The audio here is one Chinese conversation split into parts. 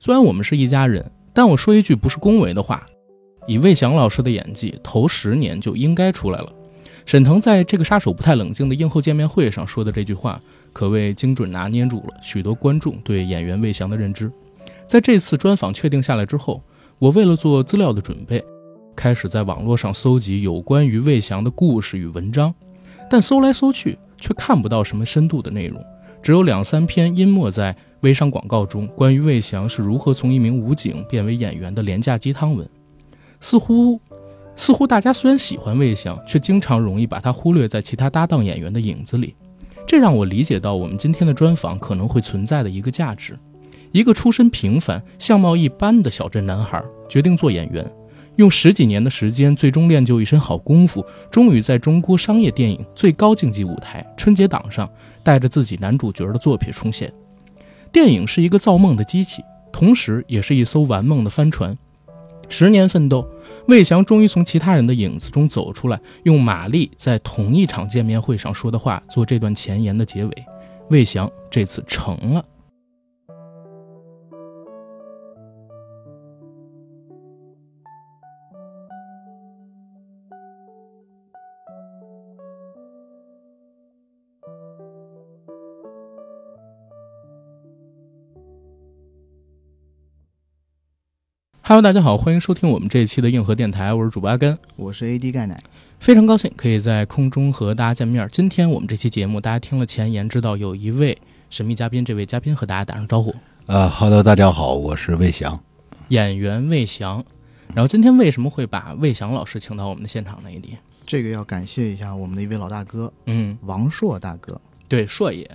虽然我们是一家人，但我说一句不是恭维的话，以魏翔老师的演技，头十年就应该出来了。沈腾在这个杀手不太冷静的映后见面会上说的这句话，可谓精准拿捏住了许多观众对演员魏翔的认知。在这次专访确定下来之后，我为了做资料的准备，开始在网络上搜集有关于魏翔的故事与文章，但搜来搜去却看不到什么深度的内容，只有两三篇淹没在微商广告中关于魏翔是如何从一名武警变为演员的廉价鸡汤文。似乎，似乎大家虽然喜欢魏翔，却经常容易把他忽略在其他搭档演员的影子里，这让我理解到我们今天的专访可能会存在的一个价值。一个出身平凡、相貌一般的小镇男孩，决定做演员，用十几年的时间，最终练就一身好功夫，终于在中国商业电影最高竞技舞台春节档上，带着自己男主角的作品出现。电影是一个造梦的机器，同时也是一艘玩梦的帆船。十年奋斗，魏翔终于从其他人的影子中走出来，用马丽在同一场见面会上说的话做这段前言的结尾。魏翔这次成了。Hello，大家好，欢迎收听我们这一期的硬核电台，我是主播阿甘，我是 AD 钙奶。非常高兴可以在空中和大家见面。今天我们这期节目，大家听了前言，知道有一位神秘嘉宾，这位嘉宾和大家打声招呼，呃哈喽，大家好，我是魏翔。演员魏翔。然后今天为什么会把魏翔老师请到我们的现场呢？一迪，这个要感谢一下我们的一位老大哥嗯，王硕大哥，对，硕爷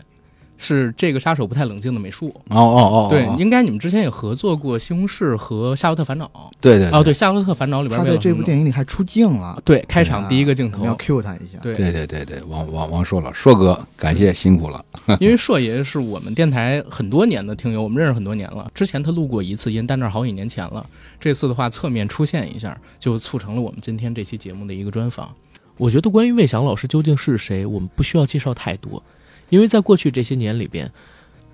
是这个杀手不太冷静的美术，哦哦哦，对，哦应该你们之前也合作过《西红柿》和《夏洛特烦恼对对》哦，对，《夏洛特烦恼》里边他魏在老师这部弄电影里啊还出镜了，对啊开场第一个镜我们要头， cue 他一下。对对对对对，王王王硕了，硕哥，感谢辛苦了。因为硕爷是我们电台很多年的听友，我们认识很多年了。之前他录过一次音，但那是好几年前了。这次的话，侧面出现一下，就促成了我们今天这期节目的一个专访。我觉得关于魏翔老师究竟是谁，我们不需要介绍太多，因为在过去这些年里边，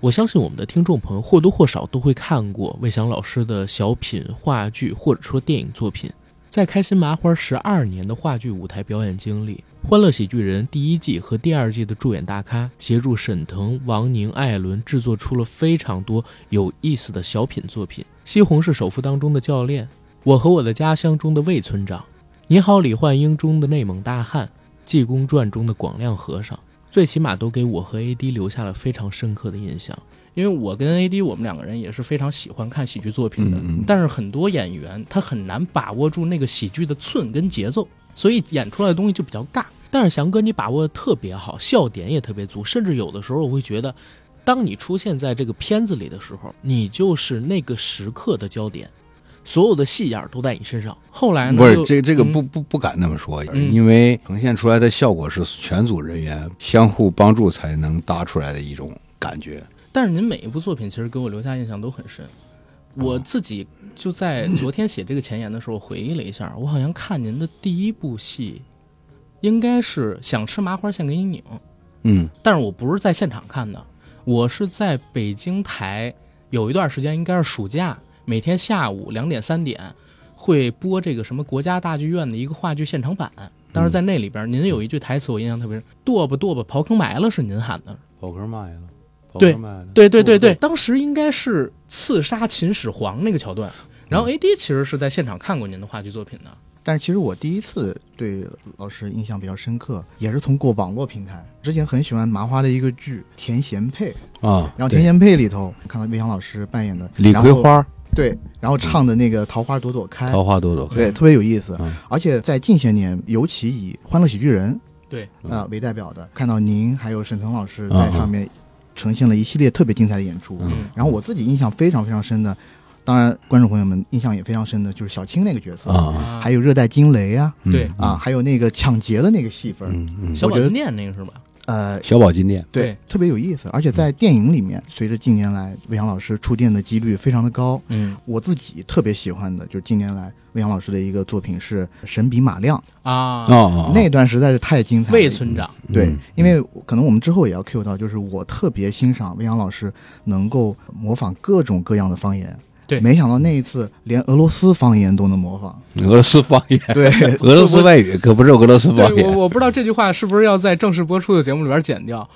我相信我们的听众朋友或多或少都会看过魏翔老师的小品、话剧或者说电影作品。在开心麻花十二年的话剧舞台表演经历，《欢乐喜剧人》第一季和第二季的助演大咖协助沈腾、王宁、艾伦制作出了非常多有意思的小品作品，《西红柿首富》当中的教练，《我和我的家乡》中的魏村长，《你好，李焕英》中的内蒙大汉，《济公传》中的广亮和尚，最起码都给我和 AD 留下了非常深刻的印象。因为我跟 AD 我们两个人也是非常喜欢看喜剧作品的，嗯嗯但是很多演员他很难把握住那个喜剧的寸跟节奏，所以演出来的东西就比较尬。但是翔哥你把握的特别好，笑点也特别足，甚至有的时候我会觉得，当你出现在这个片子里的时候，你就是那个时刻的焦点，所有的戏眼儿都在你身上。后来呢，不是就这这个嗯不不不敢那么说，嗯因为呈现出来的效果是全组人员相互帮助才能搭出来的一种感觉。但是您每一部作品其实给我留下印象都很深。嗯我自己就在昨天写这个前言的时候回忆了一下，我好像看您的第一部戏，应该是《想吃麻花献给你拧》，嗯，但是我不是在现场看的，我是在北京台有一段时间，应该是暑假，每天下午两点三点会播这个什么国家大剧院的一个话剧现场版。当时在那里边，您有一句台词我印象特别深：“剁吧剁吧，刨坑埋了”是您喊的，刨坑卖了，刨对卖了，对对对对，，当时应该是刺杀秦始皇那个桥段。然后 AD 其实是在现场看过您的话剧作品的，但是其实我第一次对老师印象比较深刻，也是通过网络平台。之前很喜欢麻花的一个剧《甜贤配》，啊，然后《对甜贤配》里头看到魏翔老师扮演的李葵，然后花，对，然后唱的那个《桃花朵朵开》，桃花朵朵哎开，对，特别有意思。嗯而且在近些年，尤其以《欢乐喜剧人》对啊、为代表的，看到您还有沈腾老师嗯在嗯上面呈现了一系列特别精彩的演出。嗯然后我自己印象非常非常深的，当然观众朋友们印象也非常深的就是小青那个角色，啊，还有热带惊雷啊嗯对啊，，还有那个抢劫的那个戏份，嗯嗯，小我宝觉得金店那个是吧？呃。小宝金店，对对，特别有意思，而且在电影里面，随着近年来魏翔老师触电的几率非常的高。嗯我自己特别喜欢的就是近年来魏翔老师的一个作品是《神笔马亮》，啊，哦，那段实在是太精彩了。魏村长，对嗯，因为可能我们之后也要 cue 到，就是我特别欣赏魏阳老师能够模仿各种各样的方言，对没想到那一次连俄罗斯方言都能模仿。俄罗斯方言，对， 俄罗斯外语可不是俄罗斯方 对我言。我不知道这句话是不是要在正式播出的节目里边剪掉。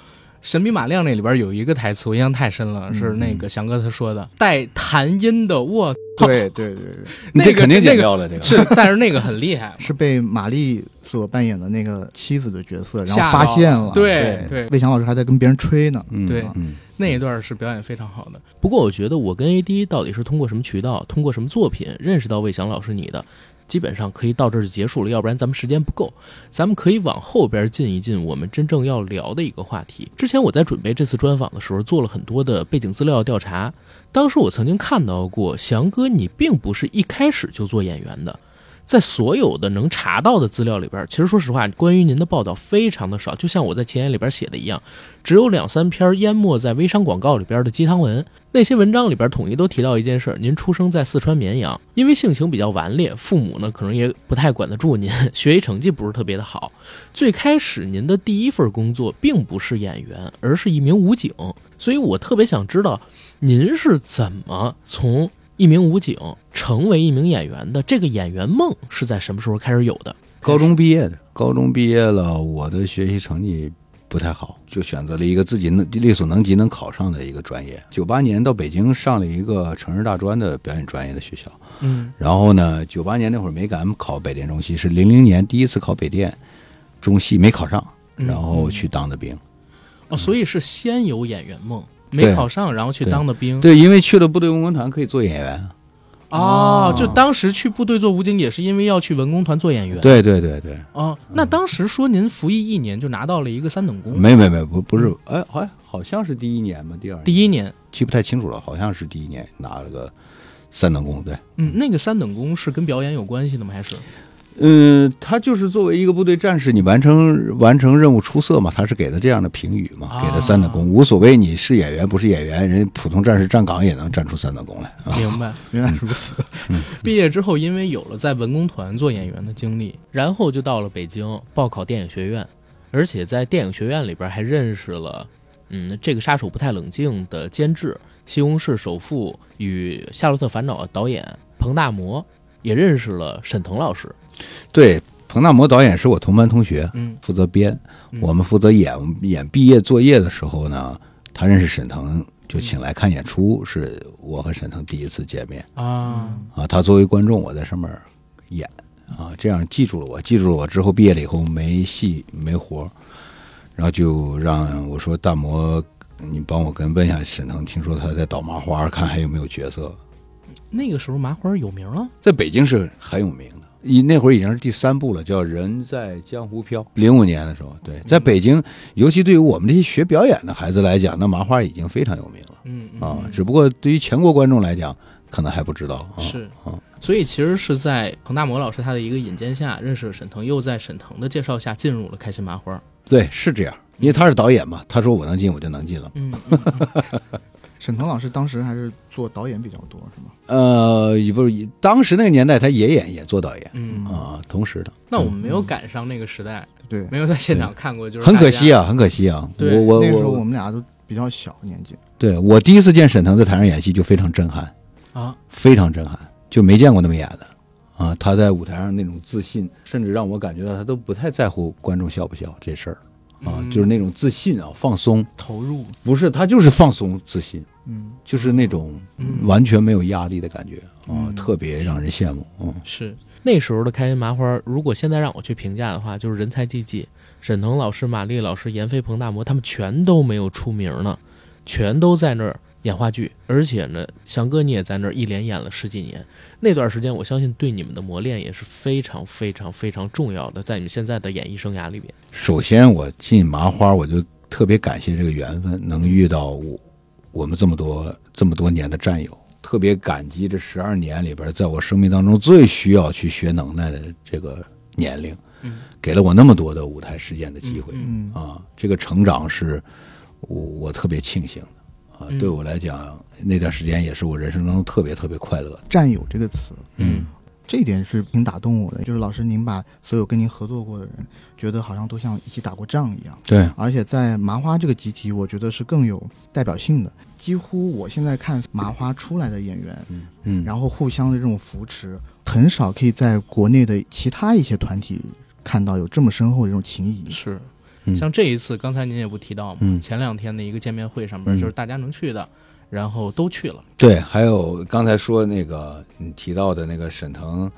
《神笔马亮》那里边有一个台词，我印象太深了，是那个翔哥他说的，带弹音的我， 对对对对，，你那这个肯定剪掉了，这个是，但是那个很厉害 是被玛丽所扮演的那个妻子的角色，然吓后到了发现了。对对魏翔老师还在跟别人吹呢。嗯对嗯那一段是表演非常好的。不过我觉得我跟 AD 到底是通过什么渠道，通过什么作品认识到魏翔老师你的，基本上可以到这儿就结束了，要不然咱们时间不够。咱们可以往后边进一进，我们真正要聊的一个话题。之前我在准备这次专访的时候，做了很多的背景资料调查。当时我曾经看到过，翔哥你并不是一开始就做演员的。在所有的能查到的资料里边，其实说实话，关于您的报道非常的少，就像我在前言里边写的一样，只有两三篇淹没在微商广告里边的鸡汤文。那些文章里边统一都提到一件事儿：您出生在四川绵阳，因为性情比较顽劣，父母呢可能也不太管得住您，学习成绩不是特别的好。最开始您的第一份工作并不是演员，而是一名武警，所以我特别想知道您是怎么从一名武警成为一名演员的？这个演员梦是在什么时候开始有的？高中毕业的，高中毕业了，我的学习成绩不太好，就选择了一个自己能力所能及能考上的一个专业。九八年到北京上了一个城市大专的表演专业的学校，嗯然后呢，九八年那会儿没敢考北电中戏，是零零年第一次考北电中戏没考上，嗯然后去当的兵。哦，所以是先有演员梦，对没考上，然后去当的兵。对，因为去了部队文工团可以做演员。哦，就当时去部队做武警也是因为要去文工团做演员。对对对对，哦，那当时说您服役一年就拿到了一个三等功，没没没，不不是，哎好像好像是第一年吧，第二年第一年，记不太清楚了，好像是第一年拿了个三等功。对，嗯，那个三等功是跟表演有关系的吗？还是嗯，他就是作为一个部队战士，你完成完成任务出色嘛，他是给的这样的评语嘛，给啊的三等功，无所谓你是演员不是演员，人家普通战士站岗也能站出三等功来。明白？嗯原来如此， 毕业之后，因为有了在文工团做演员的经历，然后就到了北京报考电影学院，而且在电影学院里边还认识了，嗯，这个杀手不太冷静的监制、西红柿首富与夏洛特烦恼的导演彭大魔，也认识了沈腾老师。对，彭大魔导演是我同班同学，嗯负责编，嗯我们负责演。我们演毕业作业的时候呢，他认识沈腾，就嗯请来看演出，是我和沈腾第一次见面啊，啊。他作为观众，我在上面演啊，这样记住了我，记住了我之后，毕业了以后没戏没活儿，然后就让我说大魔，你帮我跟问一下沈腾，听说他在倒麻花，看还有没有角色。那个时候麻花有名了，在北京是很有名的。一那会儿已经是第三部了，叫《人在江湖飘》。零五年的时候，对，在嗯北京，尤其对于我们这些学表演的孩子来讲，那麻花已经非常有名了嗯啊。只不过对于全国观众来讲，可能还不知道啊。是啊，所以其实是在彭大魔老师他的一个引荐下认识了沈腾，又在沈腾的介绍下进入了开心麻花。对，是这样，因为他是导演嘛，他说我能进，我就能进了。嗯，沈腾老师当时还是做导演比较多，是吗？呃，也不是，当时那个年代，他也演也做导演嗯，啊，同时的，那我们没有赶上那个时代，对，没有在现场看过，就是很可惜啊。啊，很可惜啊。对我我那个时候我我，们俩都比较小年纪，对我第一次见沈腾在台上演戏就非常震撼。啊，非常震撼，就没见过那么演的啊！他在舞台上那种自信，甚至让我感觉到他都不太在乎观众笑不笑这事儿啊，嗯就是那种自信啊，放松，投入，不是他就是放松自信，嗯，就是那种嗯完全没有压力的感觉啊，嗯特别让人羡慕。嗯，是那时候的开心麻花，如果现在让我去评价的话，就是人才济济，沈腾老师、马丽老师、闫飞、彭大魔，他们全都没有出名呢，全都在那儿演话剧，而且呢，翔哥你也在那儿一连演了十几年，那段时间我相信对你们的磨练也是非常非常非常重要的，在你们现在的演艺生涯里面，首先我进麻花，我就特别感谢这个缘分，能遇到我我们这么多这么多年的战友，特别感激这十二年里边，在我生命当中最需要去学能耐的这个年龄，嗯给了我那么多的舞台实践的机会、嗯啊！这个成长是我我特别庆幸的啊，嗯对我来讲，那段时间也是我人生当中特别特别快乐的。战友这个词，嗯，这一点是挺打动我的。就是老师您把所有跟您合作过的人，觉得好像都像一起打过仗一样。对，而且在麻花这个集体，我觉得是更有代表性的。几乎我现在看麻花出来的演员，嗯，然后互相的这种扶持，很少可以在国内的其他一些团体看到有这么深厚的这种情谊。是嗯，像这一次，刚才您也不提到嘛，嗯前两天的一个见面会上面，嗯就是大家能去的，然后都去了。对，还有刚才说那个你提到的那个沈腾、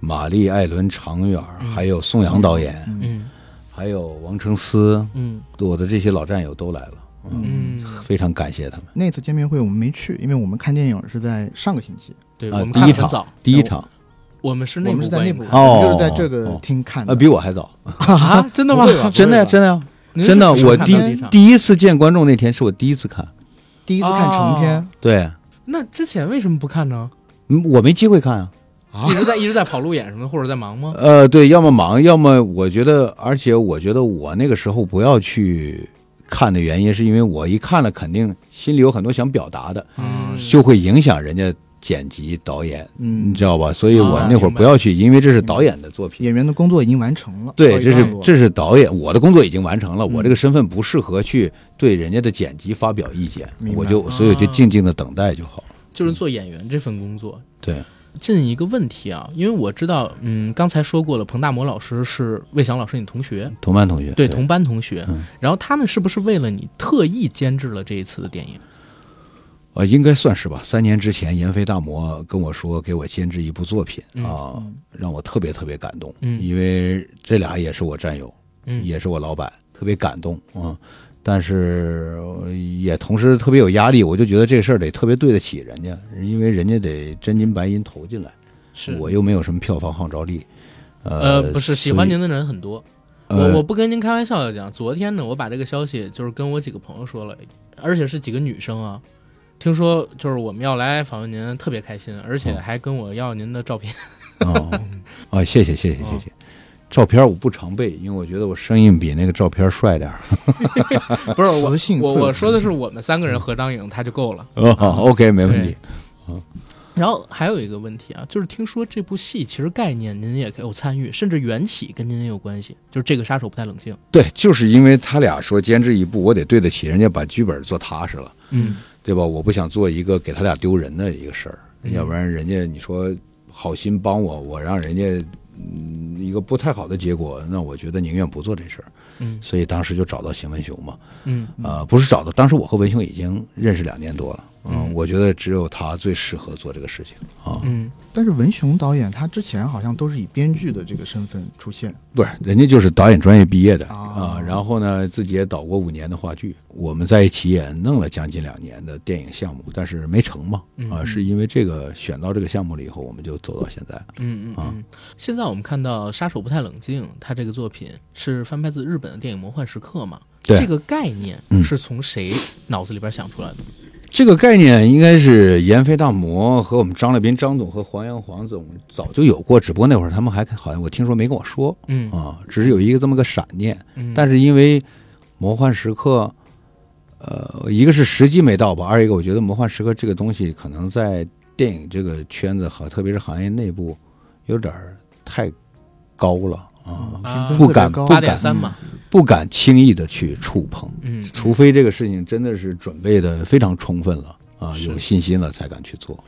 马丽、艾伦、常远儿，还有宋阳导演，嗯还有王成思，嗯我的这些老战友都来了，嗯，非常感谢他们。那次见面会我们没去，因为我们看电影是在上个星期，对，啊我们第看一得很场早，第一场我们是我内们是部在观内影部，看哦我们就是在这个哦厅看的。啊，比我还早，哦啊，真的吗？不会吧真的呀，真的呀，您真的，是我看第到第一场第一次见观众那天是我第一次看，第一次看成片，对，那之前为什么不看呢？嗯我没机会看啊。一直在一直在跑路演什么的，或者在忙吗？呃，对，要么忙，要么我觉得，而且我觉得我那个时候不要去看的原因，是因为我一看了，肯定心里有很多想表达的，嗯，就会影响人家剪辑导演，你嗯，知道吧？所以我啊那会儿明白不要去，因为这是导演的作品。演员的工作已经完成了，哦对，到一这是段落这是导演，我的工作已经完成了，我嗯这个身份不适合去对人家的剪辑发表意见，明白我就所以我就啊静静的等待就好。就是做演员这份工作。对，进一个问题啊，因为我知道，嗯，刚才说过了，彭大魔老师是魏翔老师你同学，同班同学，对，同班同学。嗯然后他们是不是为了你特意监制了这一次的电影？呃，应该算是吧。三年之前，闫飞大魔跟我说，给我监制一部作品嗯啊、让我特别特别感动。嗯因为这俩也是我战友，嗯，也是我老板，特别感动啊、嗯但是呃也同时特别有压力，我就觉得这事儿得特别对得起人家，因为人家得真金白银投进来，是我又没有什么票房号召力。呃，呃，不是喜所以欢您的人很多。呃我我不跟您开玩笑的讲，昨天呢，我把这个消息就是跟我几个朋友说了，而且是几个女生啊，听说就是我们要来访问您，特别开心，而且嗯还跟我要您的照片。哦，啊，谢谢谢谢谢哦谢。照片我不常备，因为我觉得我声音比那个照片帅点儿。 不是我磁性我分我子说的是我们三个人合张影，他就够了。哦、OK，没问题。然后还有一个问题啊，就是听说这部戏其实概念您也有参与，甚至缘起跟您也有关系，就是这个杀手不太冷静。对，就是因为他俩说监制一部，我得对得起人家，把剧本做踏实了，嗯对吧？我不想做一个给他俩丢人的一个事儿，嗯要不然人家你说好心帮我，我让人家嗯一个不太好的结果，那我觉得宁愿不做这事儿。嗯所以当时就找到邢文雄嘛，嗯呃，不是找到，当时我和文雄已经认识两年多了，嗯嗯，我觉得只有他最适合做这个事情啊。嗯，但是文雄导演他之前好像都是以编剧的这个身份出现，不是，人家就是导演专业毕业的哦啊、然后呢，自己也导过五年的话剧，我们在一起也弄了将近两年的电影项目，但是没成嘛，啊、嗯是因为这个选到这个项目了以后，我们就走到现在。嗯嗯啊嗯，现在我们看到《杀手不太冷静》，它这个作品是翻拍自日本的电影《魔幻时刻》嘛？对这个概念嗯是从谁脑子里边想出来的？这个概念应该是闫飞大魔和我们张乐斌张总和黄洋黄总早就有过，只不过那会儿他们还好像我听说没跟我说嗯啊、只是有一个这么个闪念，嗯，但是因为《魔幻时刻》，呃，一个是时机没到吧，二一个我觉得《魔幻时刻》这个东西可能在电影这个圈子和特别是行业内部有点儿太高了啊、啊评分不特别敢高不八敢点三嘛，不敢轻易的去触碰，嗯，除非这个事情真的是准备的非常充分了啊，是有信心了才敢去做。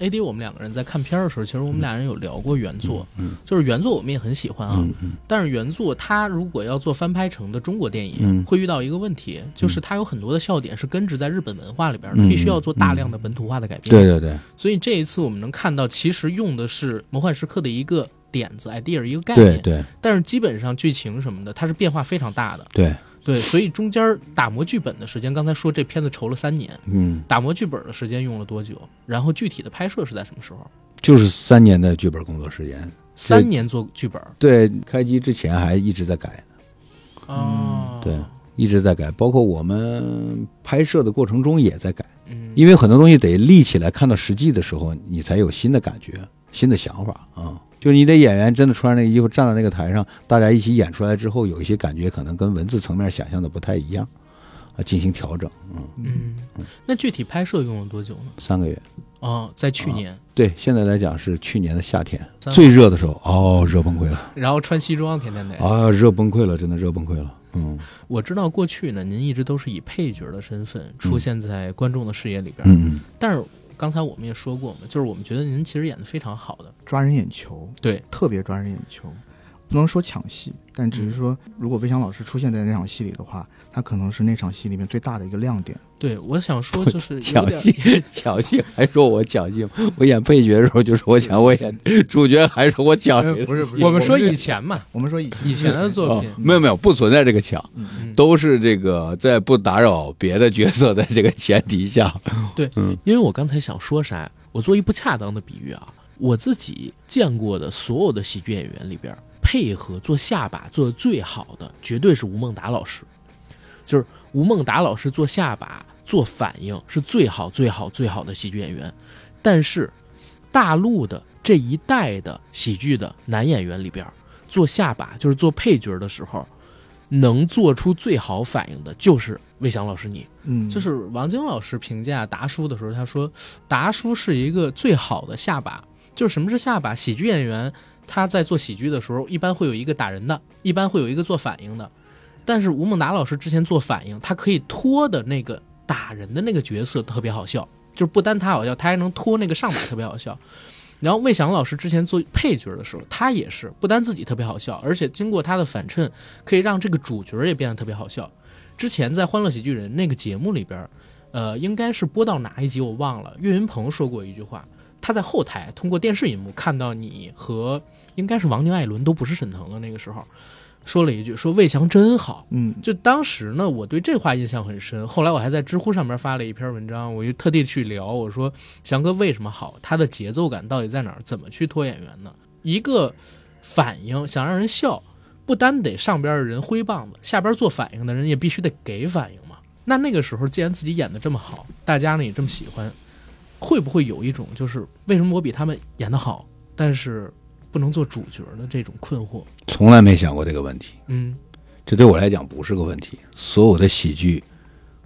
AD 我们两个人在看片儿的时候，其实我们俩人有聊过原作，嗯嗯就是原作我们也很喜欢啊，嗯嗯但是原作它如果要做翻拍成的中国电影，嗯会遇到一个问题，就是它有很多的笑点是根植在日本文化里边的，嗯必须要做大量的本土化的改编。对对对，所以这一次我们能看到，其实用的是《魔幻时刻》的一个点子 idea 一个概念，对对但是基本上剧情什么的，它是变化非常大的。对，对，所以中间打磨剧本的时间，刚才说这片子筹了三年，嗯，打磨剧本的时间用了多久？然后具体的拍摄是在什么时候？就是三年的剧本工作时间。三年做剧本对，开机之前还一直在改。哦，对，一直在改，包括我们拍摄的过程中也在改，嗯，因为很多东西得立起来，看到实际的时候，你才有新的感觉、新的想法啊、就是你得演员真的穿上那个衣服站在那个台上，大家一起演出来之后，有一些感觉可能跟文字层面想象的不太一样，啊，进行调整。嗯，嗯，那具体拍摄用了多久呢？三个月，哦，在去年，对，现在来讲是去年的夏天三最热的时候，哦，热崩溃了，然后穿西装，天天得。啊，热崩溃了，真的热崩溃了，嗯我知道过去呢，您一直都是以配角的身份出现在观众的视野里边，嗯嗯，但是刚才我们也说过嘛，就是我们觉得您其实演的非常好的，抓人眼球，对，特别抓人眼球。不能说抢戏，但只是嗯说，如果魏翔老师出现在那场戏里的话，他可能是那场戏里面最大的一个亮点。对，我想说就是有抢点，戏，抢戏，还说我抢戏，我演配角的时候就说我抢，我演主角还说我抢谁的，不是不我们说以前嘛，我们说以前以前的作品哦，没有没有，不存在这个抢，嗯，都是这个在不打扰别的角色的这个前提下，因为我刚才想说啥，我做一不恰当的比喻啊，我自己见过的所有的喜剧演员里边，配合做下巴做的最好的，绝对是吴孟达老师，就是吴孟达老师做下巴做反应是最好最好最好的喜剧演员，但是大陆的这一代的喜剧的男演员里边，做下巴就是做配角的时候。能做出最好反应的就是魏翔老师你，嗯，就是王晶老师评价达叔的时候，他说达叔是一个最好的下巴。就是什么是下巴？喜剧演员他在做喜剧的时候，一般会有一个打人的，一般会有一个做反应的。但是吴孟达老师之前做反应，他可以拖的那个打人的那个角色特别好笑，就是不单他好笑，他还能拖那个上把特别好笑。然后魏翔老师之前做配角的时候，他也是不单自己特别好笑，而且经过他的反衬，可以让这个主角也变得特别好笑。之前在《欢乐喜剧人》那个节目里边儿，呃，应该是播到哪一集我忘了，岳云鹏说过一句话，他在后台通过电视荧幕看到你和应该是王宁、艾伦都不是沈腾了，那个时候说了一句说魏翔真好。嗯，就当时呢，我对这话印象很深。后来我还在知乎上面发了一篇文章，我就特地去聊，我说翔哥为什么好，他的节奏感到底在哪儿？怎么去拖演员呢？一个反应想让人笑，不单得上边的人挥棒子，下边做反应的人也必须得给反应嘛。那那个时候，既然自己演的这么好，大家呢也这么喜欢，会不会有一种就是为什么我比他们演的好，但是不能做主角的这种困惑？从来没想过这个问题。嗯这对我来讲不是个问题。所有的喜剧，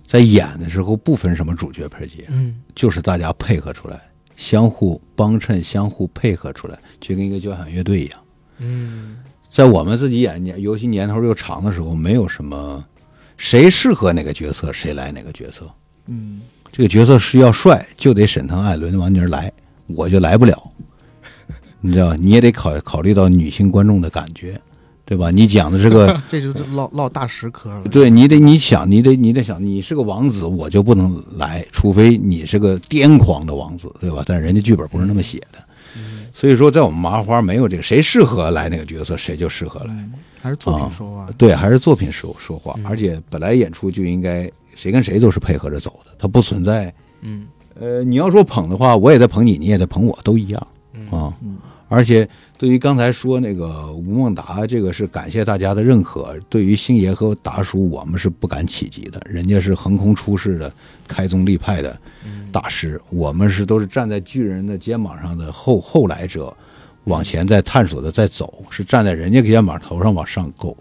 在演的时候不分什么主角配角，嗯就是大家配合出来，相互帮衬、相互配合出来，就跟一个交响乐队一样。嗯在我们自己演年，尤其年头又长的时候，没有什么谁适合哪个角色，谁来哪个角色。嗯，这个角色是要帅，就得沈腾、艾伦、王宁来，我就来不了。你知道，你也得考考虑到女性观众的感觉，对吧？你讲的这个。这就是落落大石壳了。对你得你想你得你得想，你是个王子，我就不能来，除非你是个癫狂的王子，对吧？但是人家剧本不是那么写的，所以说在我们麻花没有这个，谁适合来那个角色，谁就适合来。嗯，还是作啊品说啊话。对，还是作品说说嗯话，而且本来演出就应该谁跟谁都是配合着走的，它不存在。嗯呃，你要说捧的话，我也在捧你，你也在捧我，都一样嗯啊。嗯而且对于刚才说那个吴孟达，这个是感谢大家的认可。对于星爷和达叔，我们是不敢企及的，人家是横空出世的、开宗立派的嗯大师，我们是都是站在巨人的肩膀上的后后来者，往前在探索的在走，是站在人家肩膀头上往上够。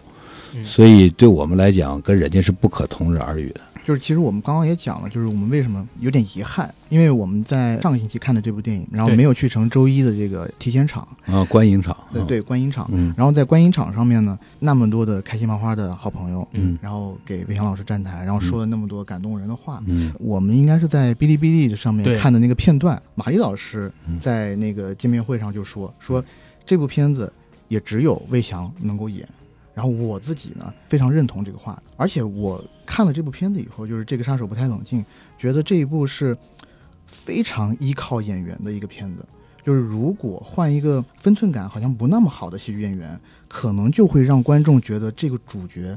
嗯所以对我们来讲，跟人家是不可同日而语的。就是其实我们刚刚也讲了，就是我们为什么有点遗憾，因为我们在上个星期看的这部电影，然后对没有去成周一的这个提前场，啊，观影场，呃，对，观影场。嗯然后在观影场上面呢，那么多的开心麻花的好朋友，嗯然后给魏翔老师站台，然后说了那么多感动人的话。嗯我们应该是在哔哩哔哩上面对看的那个片段，马丽老师嗯在那个见面会上就说说这部片子也只有魏翔能够演。然后我自己呢非常认同这个话，而且我看了这部片子以后，就是这个杀手不太冷静，觉得这一部是非常依靠演员的一个片子。就是如果换一个分寸感好像不那么好的喜剧演员，可能就会让观众觉得这个主角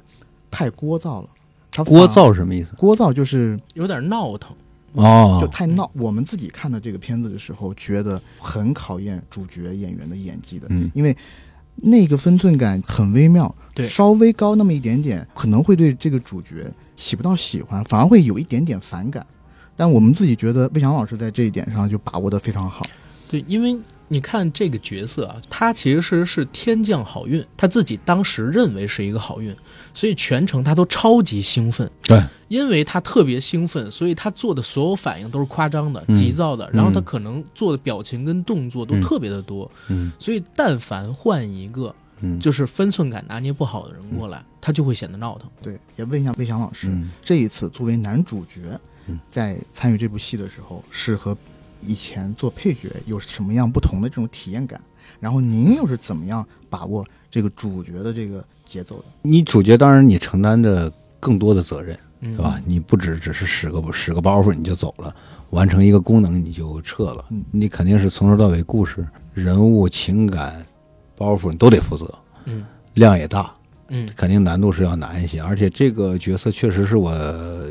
太聒噪了。他反聒噪是什么意思？啊聒噪就是有点闹腾，就哦，太闹。我们自己看的这个片子的时候，觉得很考验主角演员的演技的，嗯因为那个分寸感很微妙，对稍微高那么一点点，可能会对这个主角起不到喜欢，反而会有一点点反感。但我们自己觉得魏翔老师在这一点上就把握的非常好，对，因为你看这个角色啊，他其实是天降好运，他自己当时认为是一个好运，所以全程他都超级兴奋。对，因为他特别兴奋，所以他做的所有反应都是夸张的、嗯急躁的，然后他嗯可能做的表情跟动作都嗯特别的多，嗯所以但凡换一个嗯，就是分寸感拿捏不好的人过来，他就会显得闹腾。对，也问一下魏翔老师，嗯这一次作为男主角嗯，在参与这部戏的时候，是和以前做配角有什么样不同的这种体验感？然后您又是怎么样把握这个主角的这个节奏的？你主角当然你承担着更多的责任，嗯，是吧？？你不只只是使个使个包袱你就走了，完成一个功能你就撤了嗯，你肯定是从头到尾故事、人物、情感、包袱你都得负责，嗯量也大，嗯肯定难度是要难一些。而且这个角色确实是我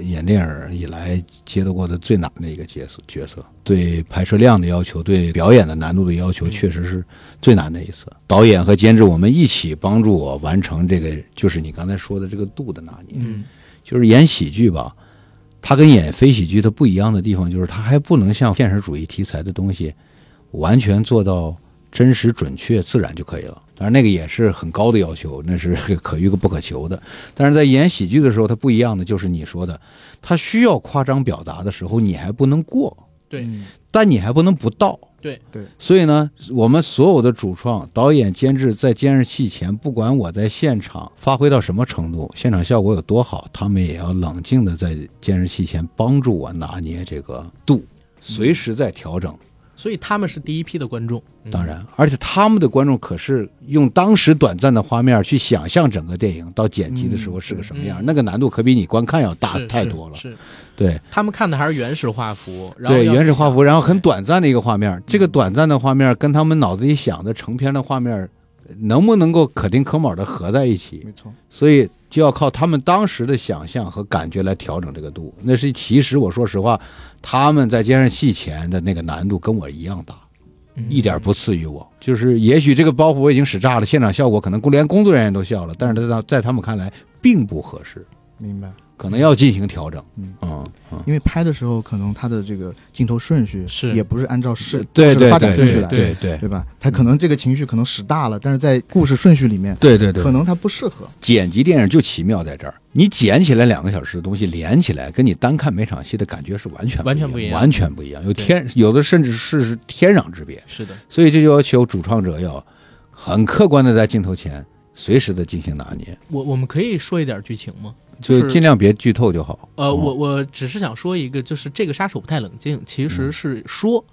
演电影以来接到过的最难的一个角色，角色对排摄量的要求，对表演的难度的要求，嗯确实是最难的一次。导演和监制我们一起帮助我完成这个，就是你刚才说的这个度的拿捏。嗯就是演喜剧吧，它跟演非喜剧它不一样的地方，就是它还不能像现实主义题材的东西完全做到真实、准确、自然就可以了。当然，那个也是很高的要求，那是 可遇不可求的。但是在演喜剧的时候，它不一样的就是你说的，它需要夸张表达的时候，你还不能过，对嗯但你还不能不到。对对，所以呢，我们所有的主创、导演、监制在监视器前，不管我在现场发挥到什么程度，现场效果有多好，他们也要冷静的在监视器前帮助我拿捏这个度，嗯随时在调整。所以他们是第一批的观众。嗯当，然，而且他们的观众可是用当时短暂的画面去想象整个电影到剪辑的时候是个什么样，嗯那个难度可比你观看要大是太是多了。是对，他们看的还是原始画幅，然后对要原始去画幅，想然后很。短暂的一个画面儿。这个短暂的画面儿跟他们脑子里想的成片的画面儿，能不能够可丁可卯的合在一起？没错，所以就要靠他们当时的想象和感觉来调整这个度。那是其实我说实话，他们在监视器前的那个难度跟我一样大，对一点儿不次于我。就是也许这个包袱我已经使炸了，现场效果可能连工作人员都笑了，但是在在他们看来并不合适，明白。可能要进行调整。嗯嗯嗯，因为拍的时候，可能他的这个镜头顺序是也不是按照事对事的对发对展顺序对来，对对对吧？他可能这个情绪可能使大了，但是在故事顺序里面，对对对可。能他不适合。剪辑电影就奇妙在这儿，你剪起来两个小时的东西连起来，跟你单看每场戏的感觉是完全完全不一一样，样完全不一样，有对天有的甚至是是天壤之别。是的，所以这就要求主创者要很客观的在镜头前随时的进行拿捏，我我们可以说一点剧情吗？就是尽量别剧透就好。呃，嗯我我只是想说一个，就是这个杀手不太冷静，其嗯实是说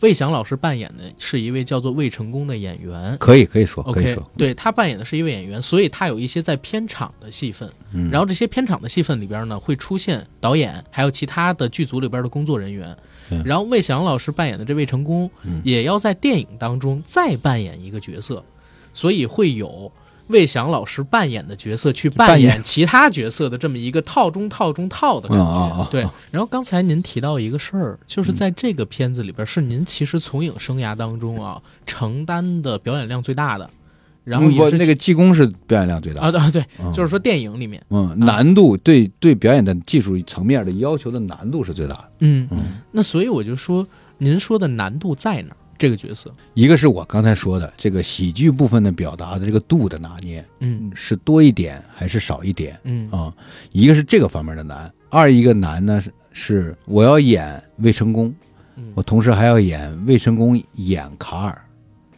魏翔老师扮演的是一位叫做魏成功的演员。可以可以说可以 OK，说，嗯对他扮演的是一位演员，所以他有一些在片场的戏份。嗯然后这些片场的戏份里边呢，会出现导演，还有其他的剧组里边的工作人员嗯。然后魏翔老师扮演的这位成功嗯，也要在电影当中再扮演一个角色，所以会有魏翔老师扮演的角色去扮扮演其他角色的这么一个套中套中套 的感嗯啊啊觉啊。对。然后刚才您提到一个事儿，就是在这个片子里边，是您其实从影生涯当中啊承担的表演量最大的，然后嗯不也是那个技工是表演量最大啊的，啊对，嗯就是说电影里面，嗯，难度对对表演的技术层面的要求的难度是最大的。嗯嗯，那所以我就说，您说的难度在哪儿？这个角色，一个是我刚才说的这个喜剧部分的表达的这个度的拿捏，嗯是多一点还是少一点嗯啊、一个是这个方面的难，二一个难呢是是我要演魏成功，嗯我同时还要演魏成功演卡尔，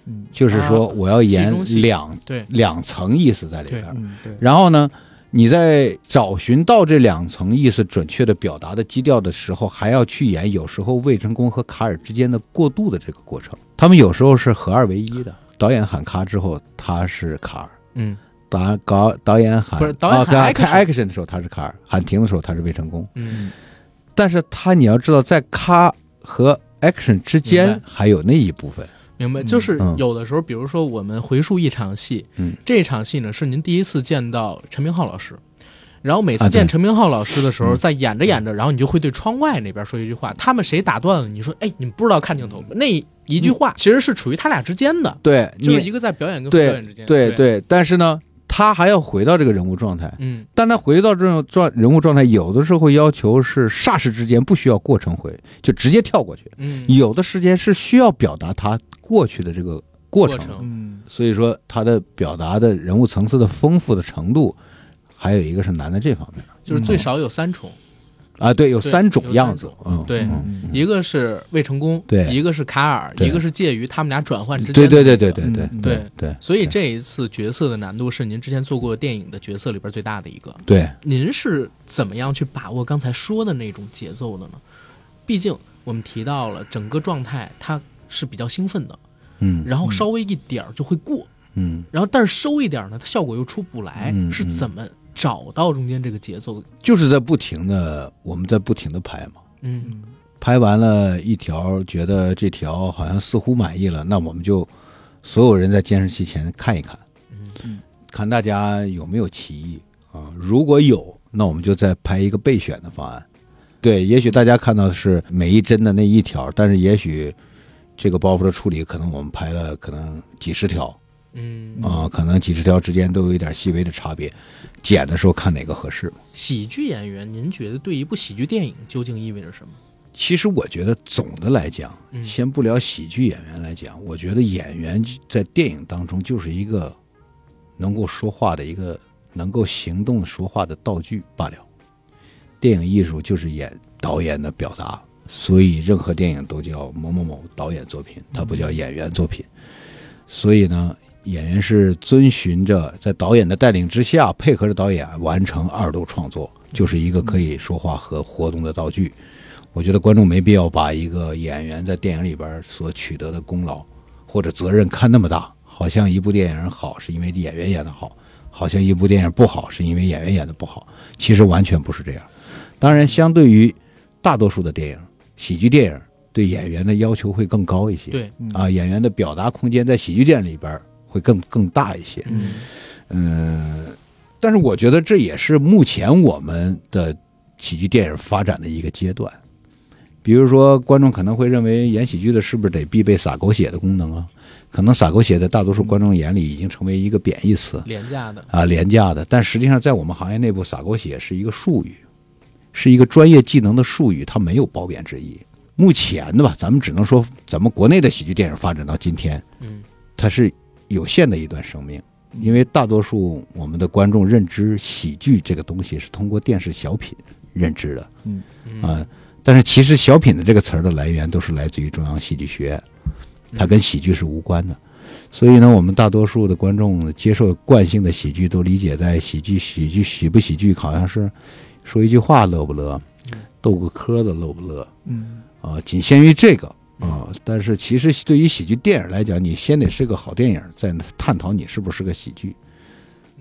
嗯就是说啊我要戏演中戏两对，两层意思在里边对儿。嗯，对。然后呢，你在找寻到这两层意思准确的表达的基调的时候，还要去演有时候魏成功和卡尔之间的过渡的这个过程，他们有时候是合二为一的。导演喊咔之后，他是卡尔。嗯导导导演喊不是导演啊喊对喊 action 的时候他是卡尔，喊停的时候他是魏成功。嗯但是他你要知道，在咔和 action 之明间白还有那一部分，明白，嗯就是嗯有的时候，比如说我们回溯一场戏，嗯这场戏呢是您第一次见到陈明昊老师，然后每啊次对见陈明昊老师的时候，嗯在演着演着，然后你就会对窗外那边说一句话，他们谁打断了你说，哎，你们不知道看镜头吗那一句话其实是处于他俩之间的，对，就是嗯你一个在表演跟不表对演之间，对对，对，但是呢，他还要回到这个人物状态。嗯但他回到这种状人物状态，有的时候要求是霎时之间不需要过程回，就直接跳过去；嗯，有的时间是需要表达他过去的这个过过程嗯，所以说他的表达的人物层次的丰富的程度，还有一个是难在这方面就是最少有三重，啊，对，有对三有种三样子种，嗯，对嗯嗯一个是未成功，对一个是卡尔，对一个是介于他们俩转换之间对对的对对那个对嗯对嗯对对所以这一次角色的难度是您之前做过电影的角色里边最大的一个。对，您是怎么样去把握刚才说的那种节奏的呢？毕竟我们提到了整个状态，它是比较兴奋的，嗯然后稍微一点儿就会过，嗯，然后但是收一点儿呢，它效果又出不来，嗯是怎么找到中间这个节奏的？就是在不停的我们在不停的拍嘛。嗯拍完了一条，觉得这条好像似乎满意了，那我们就所有人在监视器前看一看，嗯，看大家有没有歧义啊。如果有，那我们就再拍一个备选的方案。对，也许大家看到的是每一帧的那一条，但是也许这个包袱的处理，可能我们拍了可能几十条嗯，啊，可能几十条之间都有一点细微的差别，剪的时候看哪个合适。喜剧演员，您觉得对一部喜剧电影究竟意味着什么？其实我觉得总的来讲，嗯先不聊喜剧演员来讲，我觉得演员在电影当中就是一个能够说话的一个能够行动说话的道具罢了。电影艺术就是演导演的表达，所以任何电影都叫某某某导演作品，它不叫演员作品。所以呢，演员是遵循着在导演的带领之下，配合着导演完成二度创作，就是一个可以说话和活动的道具。我觉得观众没必要把一个演员在电影里边所取得的功劳或者责任看那么大，好像一部电影好是因为演员演得好，好像一部电影不好是因为演员演得不好，其实完全不是这样。当然，相对于大多数的电影，喜剧电影对演员的要求会更高一些。对，啊，演员的表达空间在喜剧电影里边儿会更更大一些。嗯嗯，但是我觉得这也是目前我们的喜剧电影发展的一个阶段。比如说，观众可能会认为演喜剧的是不是得必备撒狗血的功能啊？可能撒狗血在大多数观众眼里已经成为一个贬义词廉价的，啊，廉价的。但实际上，在我们行业内部，撒狗血是一个术语，是一个专业技能的术语，它没有褒贬之意。目前的吧，咱们只能说，咱们国内的喜剧电影发展到今天，嗯它是有限的一段生命，因为大多数我们的观众认知喜剧这个东西是通过电视小品认知的嗯嗯啊、但是其实“小品”的这个词儿的来源都是来自于中央戏剧学院，它跟喜剧是无关的。所以呢，我们大多数的观众接受惯性的喜剧，都理解在喜剧、喜剧、喜不喜剧，好像是说一句话乐不乐，逗个嗑的乐不乐，嗯啊，仅限于这个啊。但是其实对于喜剧电影来讲，你先得是个好电影，再探讨你是不是个喜剧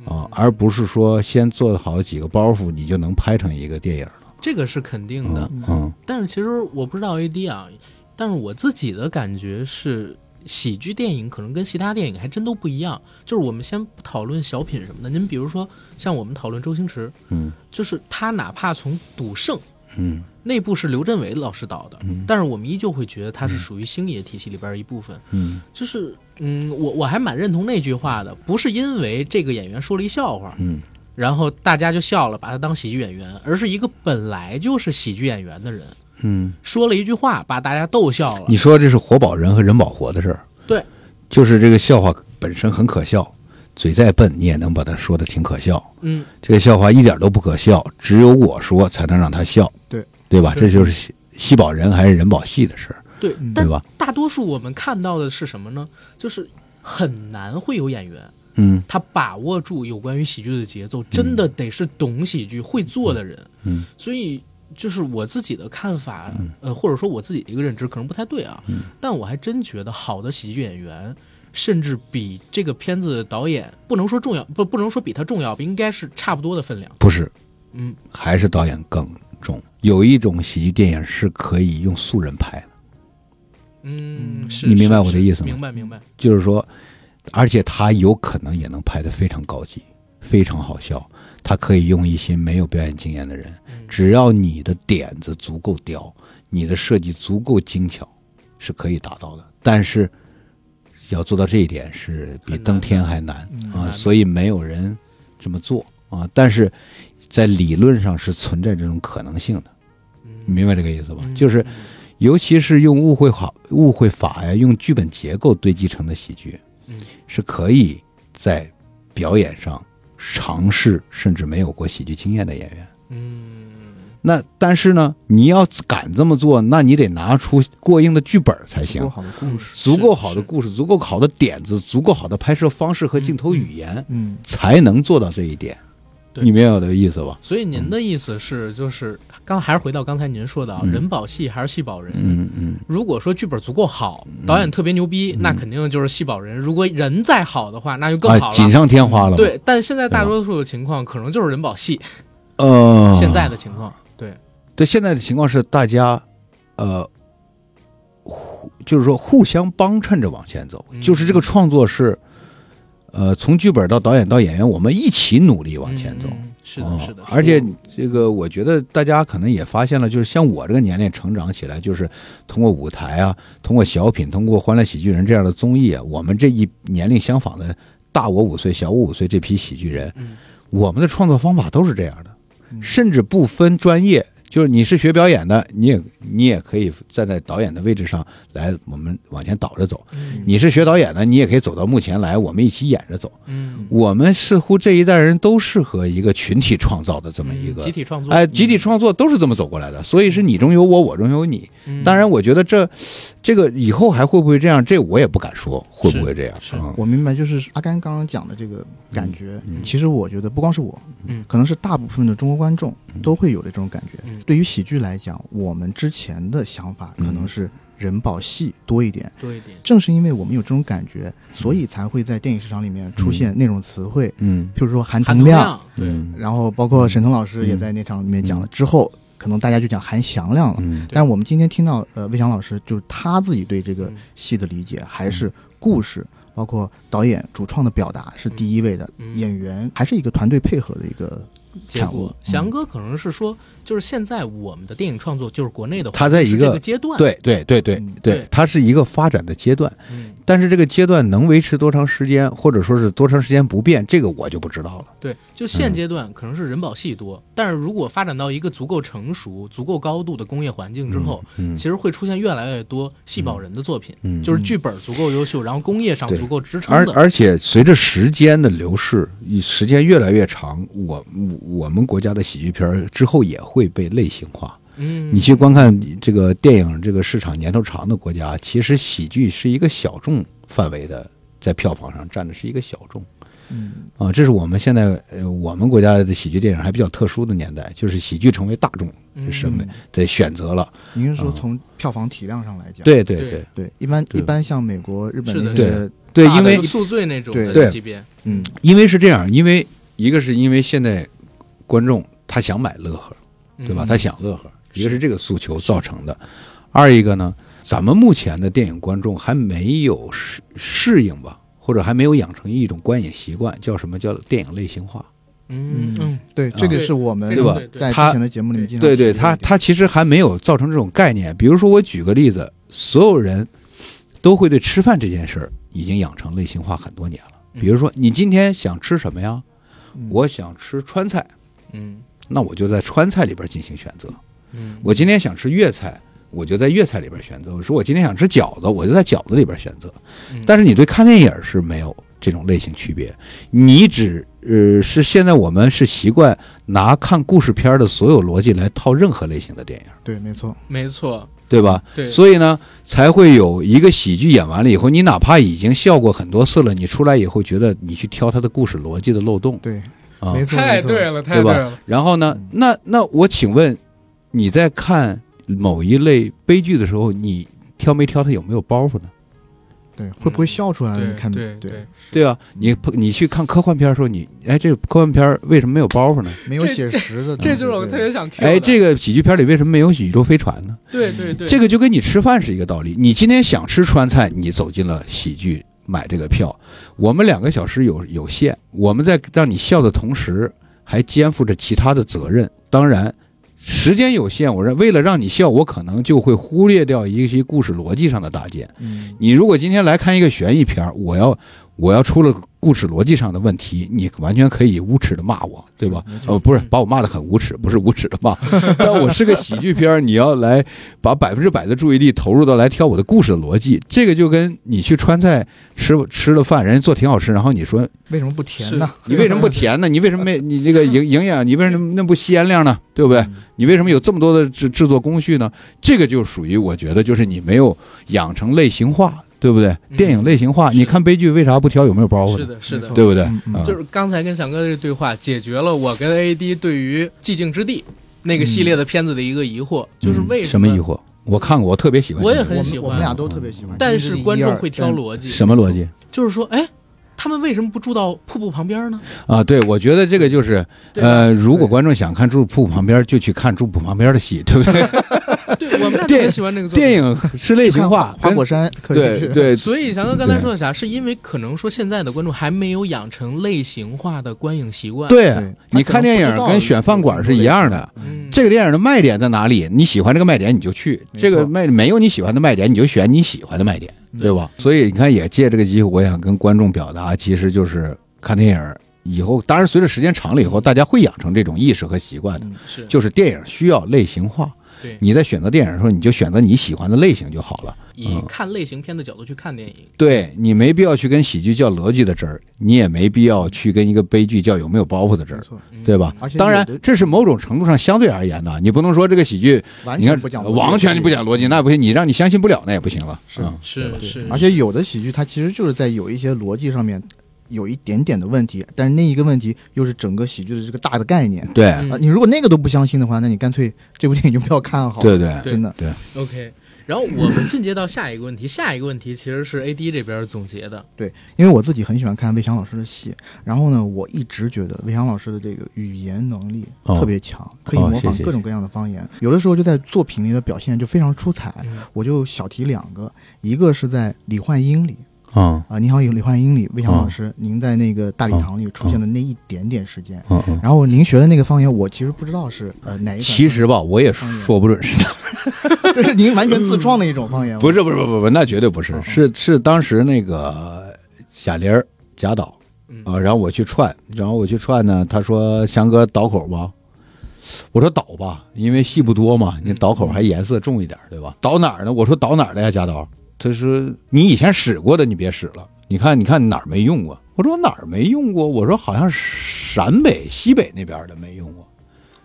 啊，而不是说先做好几个包袱，你就能拍成一个电影了。这个是肯定的。嗯嗯但是其实我不知道 AD 啊，但是我自己的感觉是，喜剧电影可能跟其他电影还真都不一样。就是我们先不讨论小品什么的，您比如说像我们讨论周星驰，嗯就是他哪怕从《赌圣》嗯那部是刘镇伟老师导的，但是我们依旧会觉得他是属于星爷体系里边儿一部分。嗯就是，嗯，我我还蛮认同那句话的，不是因为这个演员说了一笑话，嗯，然后大家就笑了，把他当喜剧演员，而是一个本来就是喜剧演员的人。嗯，说了一句话，把大家逗笑了。你说这是活保人和人保活的事儿，对，就是这个笑话本身很可笑，嘴再笨你也能把它说的挺可笑。嗯，这个笑话一点都不可笑，只有我说才能让他笑，对对吧？对这就是戏戏保人还是人保戏的事儿，对。嗯但对吧大多数我们看到的是什么呢？就是很难会有演员嗯他把握住有关于喜剧的节奏，真的得是懂喜剧、会做的人。嗯，所以就是我自己的看法，呃，或者说我自己的一个认知可能不太对啊，嗯但我还真觉得好的喜剧演员。甚至比这个片子的导演不能说重要，不不能说比他重要，应该是差不多的分量。不是，嗯，还是导演更重。有一种喜剧电影是可以用素人拍的，嗯，是你明白是我的是意思吗明白明白。就是说，而且他有可能也能拍得非常高级，非常好笑。他可以用一些没有表演经验的人，只要你的点子足够刁，你的设计足够精巧，是可以达到的。但是要做到这一点是比登天还难嗯难啊，的所以没有人这么做啊。但是在理论上是存在这种可能性的，你明白这个意思吧？就是嗯尤其是用误会法、误会法呀，用剧本结构堆积成的喜剧，嗯是可以在表演上尝试，甚至没有过喜剧经验的演员。嗯，那但是呢，你要敢这么做，那你得拿出过硬的剧本才足行够。好的故事，足够好的是故事、足够好的点子、足够好的拍摄方式和镜头嗯嗯语言，嗯，才能做到这一点。对你明白我的意思吧？所以您的意思是，就是刚还是回到刚才您说的啊，嗯嗯人保戏还是戏保人。嗯嗯，如果说剧本足够好，导演特别牛逼，那肯定就是戏保人。如果人再好的话，那就更啊，好锦了。上添花了。，对，但现在大多数的情况可能就是人保戏，呃，现在的情况。对，对现在的情况是大家，呃，互就是说互相帮衬着往前走，嗯就是这个创作是，呃，从剧本到导演到演员，我们一起努力往前走。嗯。是的，哦是的。而且这个，我觉得大家可能也发现了，就是像我这个年龄成长起来，就是通过舞台啊，通过小品，通过《欢乐喜剧人》这样的综艺啊，我们这一年龄相仿的大我五岁、小我五岁这批喜剧人，嗯我们的创作方法都是这样的，嗯甚至不分专业，就是你是学表演的，你也你也可以站在导演的位置上来，我们往前倒着走；嗯你是学导演的，你也可以走到幕前来，我们一起演着走。嗯，我们似乎这一代人都适合一个群体创造的这这么一个嗯集体创作，哎，集体创作都是这么走过来的，所以是你中有我，我中有你。嗯当然，我觉得这这个以后还会不会这样，这我也不敢说会不会这样是。嗯我明白，就是阿甘刚刚讲的这个感觉。嗯其实我觉得不光是我，嗯可能是大部分的中国观众都会有的这种感觉。嗯对于喜剧来讲，我们之前的想法可能是人保戏多一点。多一点。正是因为我们有这种感觉，所以才会在电影市场里面出现那种词汇，嗯譬如说含含糖糖量，量，对，嗯然后包括沈腾老师也在那场里面讲了。之后可能大家就讲含翔量了。嗯但我们今天听到呃魏翔老师，就是他自己对这个嗯戏的理解，还是故事，包括导演主创的表达是第一位的，嗯演员还是一个团队配合的一个结产物嗯果，。翔哥可能是说，就是现在我们的电影创作，就是国内的话，他在是一这个个阶段，，对对对对嗯对对，它是一个发展的阶段，嗯，但是这个阶段能维持多长时间，或者说是多长时间不变，这个我就不知道了。对，就嗯现阶段可能是人保戏多，但是如果发展到一个足够成熟、足够高度的工业环境之后，嗯其实会出现越来越多戏保人的作品，嗯，就是剧本足够优秀，然后工业上对足够支撑而的，而且随着时间的流逝，以时间越来越长，我我们国家的喜剧片儿之后也会被类型化。嗯，你去观看这个电影这个市场年头长的国家，其实喜剧是一个小众范围的，在票房上占的是一个小众嗯，啊、这是我们现在呃我们国家的喜剧电影还比较特殊的年代，就是喜剧成为大众嗯审美的选择了。您是说啊从票房体量上来讲？对对对对对，一般对一般像美国、日本是那的是些，对，大因的为就宿醉那种对的对级别，嗯，因为是这样，因为一个是因为现在观众他想买乐呵，嗯对吧？嗯他想乐呵，一个是是这个诉求造成的，二一个呢，咱们目前的电影观众还没有适适应吧，或者还没有养成一种观影习惯，叫什么叫电影类型化？嗯嗯，对，啊这个是我们对吧在之他前的节目里面经常对对，提到他的他其实还没有造成这种概念。比如说，我举个例子，所有人都会对吃饭这件事儿已经养成类型化很多年了。嗯比如说，你今天想吃什么呀？嗯我想吃川菜，嗯那我就在川菜里边进行选择。嗯，我今天想吃粤菜，我就在粤菜里边选择；我说我今天想吃饺子，我就在饺子里边选择。嗯但是你对看电影是没有这种类型区别，你只呃是现在我们是习惯拿看故事片的所有逻辑来套任何类型的电影，对，没错，没错，对吧？对，所以呢，才会有一个喜剧演完了以后，你哪怕已经笑过很多次了，你出来以后觉得你去挑它的故事逻辑的漏洞对，啊，没错，太没错对，了，太对吧了，然后呢嗯，那那我请问，你在看某一类悲剧的时候，你挑没挑它有没有包袱呢？对，会不会笑出来嗯对呢？你看，对对，，对啊，你你去看科幻片的时候，你哎，这个科幻片为什么没有包袱呢？没有这写实的东西，这就是我对特别想 Q 哎，的这个喜剧片里为什么没有宇宙飞船呢？对对对，这个就跟你吃饭是一个道理。你今天想吃川菜，你走进了喜剧买这个票，我们两个小时有有限，我们在让你笑的同时，还肩负着其他的责任。当然，时间有限，我认为了让你笑，我可能就会忽略掉一些故事逻辑上的搭建。嗯你如果今天来看一个悬疑片儿，我要我要出了故事逻辑上的问题，你完全可以无耻的骂我，对吧？呃，不是嗯把我骂的很无耻，不是无耻的骂， 但我是个喜剧片儿，你要来把百分之百的注意力投入到来挑我的故事的逻辑，这个就跟你去川菜吃吃了饭，人家做挺好吃，然后你说为什么不甜呢？你为什么不甜呢？你为什么没你那个营营养？你为什么那不鲜亮呢？对不对？嗯你为什么有这么多的制制作工序呢？这个就属于我觉得就是你没有养成类型化，对不对？嗯电影类型化，是你看悲剧为啥不挑有哦没有包袱是呢？的，是的没，错对不对嗯？嗯啊就是刚才跟翔哥的这对话，解决了我跟 AD 对于《寂静之地》那个系列的片子的一个疑惑，就是为嗯什么么疑惑？我看过，我特别喜欢。我也很我喜们欢我们俩都特别喜欢，但是观众会挑路。逻辑，什么逻辑就是说，哎，他们为什么不住到瀑布旁 边呢？啊？对，我觉得这个就是对吧呃，如果观众想看住瀑布旁边，就去看住瀑布旁边的戏，对不对？ 对我们俩特电别喜欢这个作品电。影是类型化，花跟果山可以 对去对啊所以翔哥刚才说的啥，是因为可能说现在的观众还没有养成类型化的观影习惯。，对对，你看电他可能影不知道跟选饭馆是一样的。嗯，这个电影的卖点在哪里？你喜欢这个卖点你就去，没错这个卖没有你喜欢的卖点你就选你喜欢的卖点，对吧？所以你看，也借这个机会，我想跟观众表达，其实就是看电影以后，当然随着时间长了以后，大家会养成这种意识和习惯的，嗯是就是电影需要类型化。对，你在选择电影的时候，你就选择你喜欢的类型就好了。以啊看类型片的角度去看电影，对你没必要去跟喜剧较逻辑的真儿，你也没必要去跟一个悲剧较有没有包袱的真没儿，错，嗯对吧而且？有的当然，这是某种程度上相对而言的，你不能说这个喜剧完你全看不讲，完全就不。讲逻辑，那不行，你让你相信不了，那也不行了。是嗯是是，而且有的喜剧它其实就是在有一些逻辑上面有一点点的问题，但是那一个问题又是整个喜剧的这个大的概念。对嗯啊，你如果那个都不相信的话，那你干脆这部电影就不要看好了。对对，对真的 OK。然后我们进阶到下一个问题，下一个问题其实是 AD 这边总结的，因为我自己很喜欢看魏翔老师的戏，然后呢，我一直觉得魏翔老师的这个语言能力哦特别强，可以哦模谢仿谢各种各样的方言，有的时候就在作品里的表现就非常出彩。嗯我就小提两个，一个是在《李焕英》里嗯啊，《你好，李焕英》里，魏翔哦老师、您在那个大礼堂里出现的那一点点时间，嗯嗯。然后您学的那个方言，我其实不知道是呃哪一种，其实吧，我也嗯说不准是他，就是您完全自创的一种方言，不是不是不是不是，那绝对不是，是是当时那个贾玲儿贾导嗯啊，然后我去串，然后我去串呢，他说翔哥倒口吧，我说倒吧，因为戏不多嘛，你倒口还颜色重一点，对吧？倒哪儿呢？我说倒哪儿的呀，贾导？他说你以前使过的你别使了，你看你看哪儿没用过？我说我哪儿没用过？我说好像陕北、西北那边的没用过。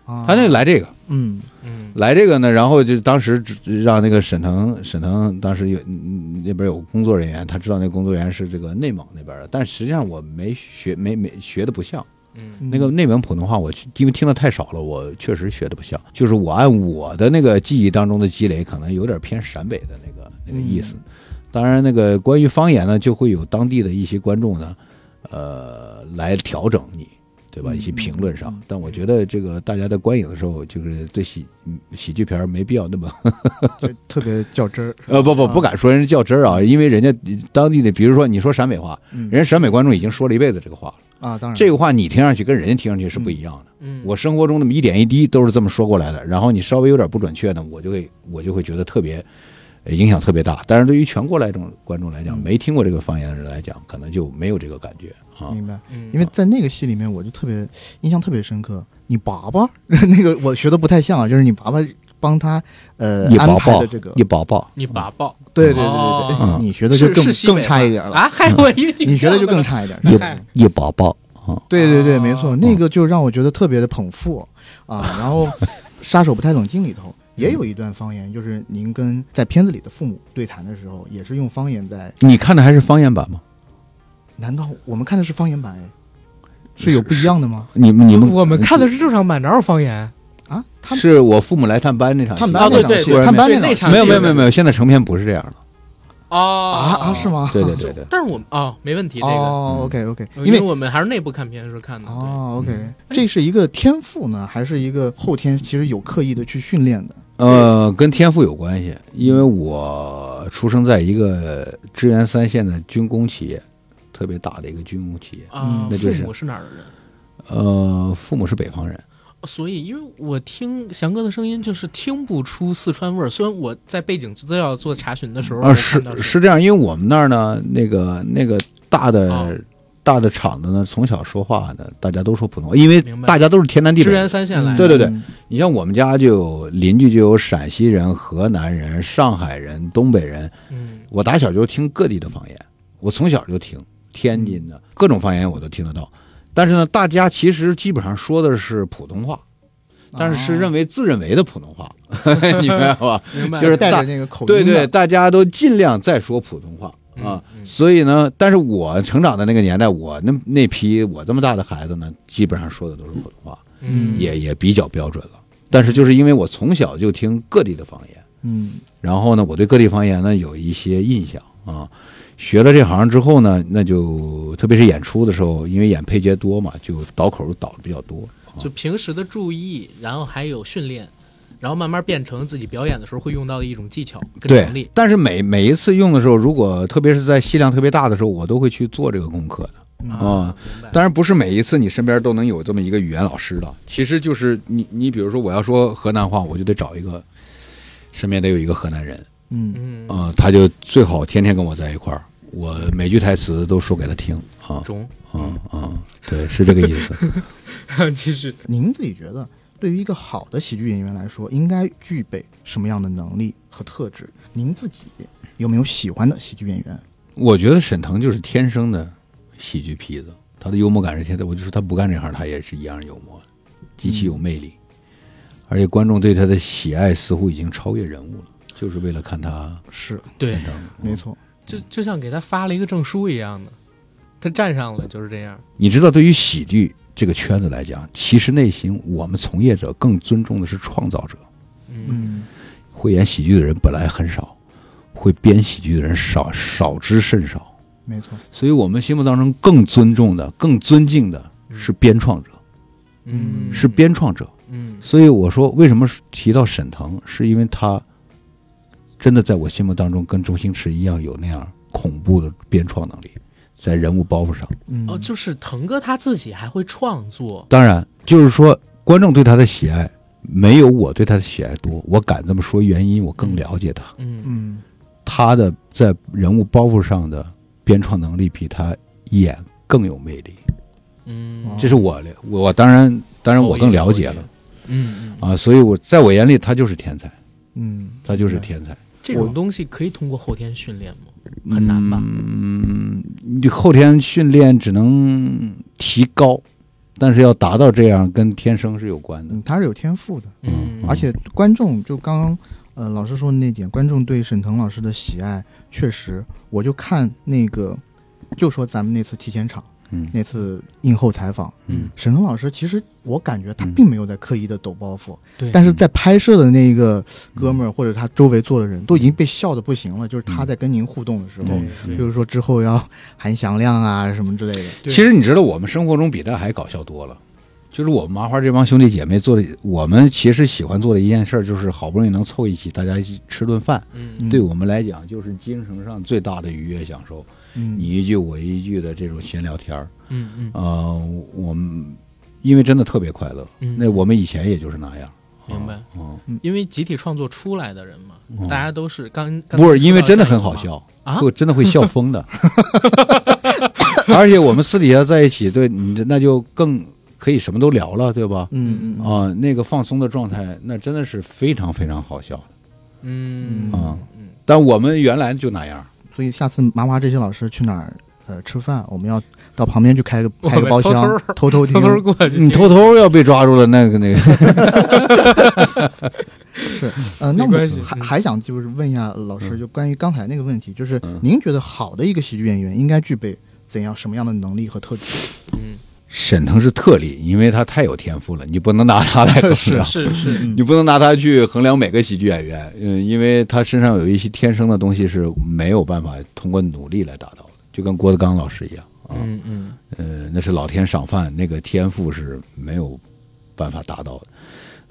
啊，他那来这个嗯嗯来这个呢，然后就当时只让那个沈腾，沈腾当时有嗯那边有工作人员，他知道那工作人员是这个内蒙那边的，但实际上我没学没没学的不像。嗯嗯那个内蒙普通话我因为听的太少了，我确实学的不像。就是我按我的那个记忆当中的积累，可能有点偏陕北的那个那个意思。嗯当然，那个关于方言呢，就会有当地的一些观众呢，呃，来调整你，对吧？嗯一些评论上。嗯嗯但我觉得这个大家在观影的时候，就是对喜嗯喜剧片儿没必要那 么，就特别较真儿呃不不不敢说人家较真儿啊，因为人家当地的，比如说你说陕北话，嗯人家陕北观众已经说了一辈子这个话了，啊，当然这个话你听上去跟人家听上去是不一样的。嗯，我生活中的一点一滴都是这么说过来的。然后你稍微有点不准确呢，我就会我就会觉得特别呃影响特别大。但是对于全国来众观众来讲，嗯没听过这个方言的人来讲，可能就没有这个感觉啊。明白。嗯因为在那个戏里面，我就特别印象特别深刻。你爸爸 那个我学的不太像啊，就是你爸爸帮他呃一安宝排宝的这个，，一宝 宝，你把爆对对对哦对对，嗯你学的就是更是西北更差一点了，啊，还我以为你学的就更差，差一点。一对一宝宝啊，对对对，没哦错，那个就让我觉得特别的捧腹啊。然后《杀手不太冷静》里头也有一段方言，就是您跟在片子里的父母对谈的时候，也是用方言在。你看的还是方言版吗？难道我们看的是方言版？哎，是有不一样的吗？你们你们我们看的是正常版，哪有方言？啊，他们是我父母来探班那场戏，他们哦班对那啊场对戏对他们班对那那场场戏没有没有没有没有，现在成片不是这样的。哦啊啊是？吗？ 对对对对，但是我们哦，没问题，这个哦嗯，OK OK，因因为为我们还是内部看片的时候看的，对哦 OK，这是一个天赋呢，还是一个后天其实有刻意的去训练的？呃，跟天赋有关系，因为我出生在一个支援三线的军工企业，特别大的一个军工企业。啊嗯，那就父是母是哪儿的人？呃，父母是北方人，呃所以，因为我听翔哥的声音，就是听不出四川味儿。虽然我在背景资料做查询的时候，啊我是看到是这样，因为我们那儿呢，那个那个大的、哦大的厂子呢，从小说话呢，大家都说普通话，因为明白大家都是天南地支北援三线来的，对对对嗯你像我们家就有邻居就有陕西人、河南人、上海人、东北人，嗯，我打小就听各地的方言，我从小就听天津的各种方言我都听得到。但是呢，大家其实基本上说的是普通话，但是哦是认为自认为的普通话， 你明白吧？明白，就是带大着那个口音对对，的大家都尽量再说普通话啊。嗯嗯所以呢，但是我成长的那个年代，我那那批我这么大的孩子呢，基本上说的都是普通话，嗯也也比较标准了。但是就是因为我从小就听各地的方言，嗯然后呢，我对各地方言呢有一些印象啊。学了这行之后呢，那就特别是演出的时候，因为演配角多嘛，就倒口倒的比较多。啊就平时的注意，然后还有训练，然后慢慢变成自己表演的时候会用到的一种技巧跟能对力，。但是每每一次用的时候，如果特别是在戏量特别大的时候，我都会去做这个功课的。啊啊，明白当然不是每一次你身边都能有这么一个语言老师的，其实就是你你比如说我要说河南话，我就得找一个身边得有一个河南人，嗯嗯，嗯、他就最好天天跟我在一块儿，我每句台词都说给他听啊中，嗯啊啊，对，是这个意思。 其实您自己觉得，对于一个好的喜剧演员来说，应该具备什么样的能力和特质？您自己有没有喜欢的喜剧演员？我觉得沈腾就是天生的喜剧痞子，他的幽默感是天的，我就说他不干这行，他也是一样幽默，极其有魅力，而且观众对他的喜爱似乎已经超越人物了，就是为了看他是，对看，他。没错，就就像给他发了一个证书一样的，他站上了就是这样。你知道，对于喜剧这个圈子来讲，其实内心我们从业者更尊重的是创造者。嗯，嗯会演喜剧的人本来很少，会编喜剧的人少少之甚少，没错，所以我们心目当中更尊重的、更尊敬的是编创者，嗯，是编创者。嗯所以我说，为什么提到沈腾，是因为他真的在我心目当中跟周星驰一样有那样恐怖的编创能力，在人物包袱上。嗯哦，就是腾哥他自己还会创作，当然，就是说观众对他的喜爱没有我对他的喜爱多。我敢这么说，原因我更了解他，嗯嗯他的在人物包袱上的编创能力比他演更有魅力。嗯，哦这是我了，我我当然当然我更了解了嗯嗯，啊，所以我在我眼里他就是天才，嗯，他就是明白天才，这我种东西可以通过后天训练吗？很难吧？嗯，你后天训练只能提高，但是要达到这样跟天生是有关的嗯，。他是有天赋的，嗯，嗯而且观众就刚刚呃老师说的那点，观众对沈腾老师的喜爱，确实，我就看那个，就说咱们那次提前场嗯那次映后采访，嗯沈腾老师其实我感觉他嗯并没有在刻意的抖包袱，对但是在拍摄的那个哥嗯们儿或者他周围坐的人都已经被笑的不行了，就是他在跟您互动的时候，对对比如说之后要 含翔亮啊什么之类的，对其实你知道，我们生活中比那还搞笑多了。就是我们麻花这帮兄弟姐妹做的，我们其实喜欢做的一件事儿，就是好不容易能凑一起，大家一起吃顿饭，嗯嗯对我们来讲就是精神上最大的愉悦享受。嗯，你一句我一句的这种闲聊天儿，嗯呃，我们因为真的特别快乐。嗯，那我们以前也就是那样，明白，嗯，因为集体创作出来的人嘛，嗯大家都是刚刚不是因为真的很好笑啊会真的会笑疯的。 而且我们私底下在一起，对你那就更可以什么都聊了，对吧？嗯嗯嗯啊、那个放松的状态，那真的是非常非常好笑的。嗯啊嗯但我们原来就那 样，所以下次麻花这些老师去哪儿呃吃饭，我们要到旁边去开个我开个包厢，偷偷偷偷偷偷听过去，你偷偷要被抓住了，那个那个，是呃，那没关系我还嗯还想就是问一下老师，嗯就关于刚才那个问题，就是嗯您觉得好的一个喜剧演员应该具备怎样什么样的能力和特质？嗯沈腾是特例，因为他太有天赋了，你不能拿他来衡量， 是嗯是你不能拿他去衡量每个喜剧演员，嗯，因为他身上有一些天生的东西是没有办法通过努力来达到的，就跟郭德纲老师一样啊，嗯嗯呃，那是老天赏饭，那个天赋是没有办法达到的。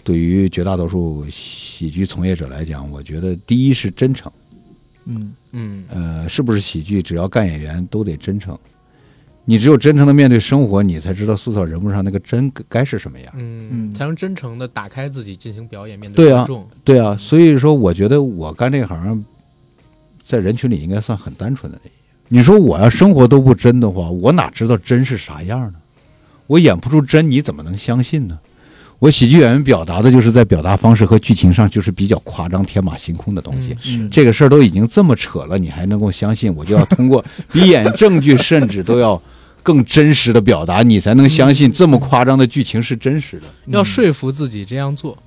对于绝大多数喜剧从业者来讲，我觉得第一是真诚。嗯嗯呃，是不是喜剧，只要干演员都得真诚。你只有真诚的面对生活，你才知道塑造人物上那个真该是什么样。嗯，才能真诚的打开自己进行表演，面对啊观众，对啊，所以说我觉得我干这行，在人群里应该算很单纯的那一你说我要生活都不真的话，我哪知道真是啥样呢？我演不出真，你怎么能相信呢？我喜剧演员表达的就是在表达方式和剧情上，就是比较夸张、天马行空的东西。嗯这个事儿都已经这么扯了，你还能够相信？我就要通过比演正剧甚至都要更真实的表达，你才能相信这么夸张的剧情是真实的。要说服自己这样做，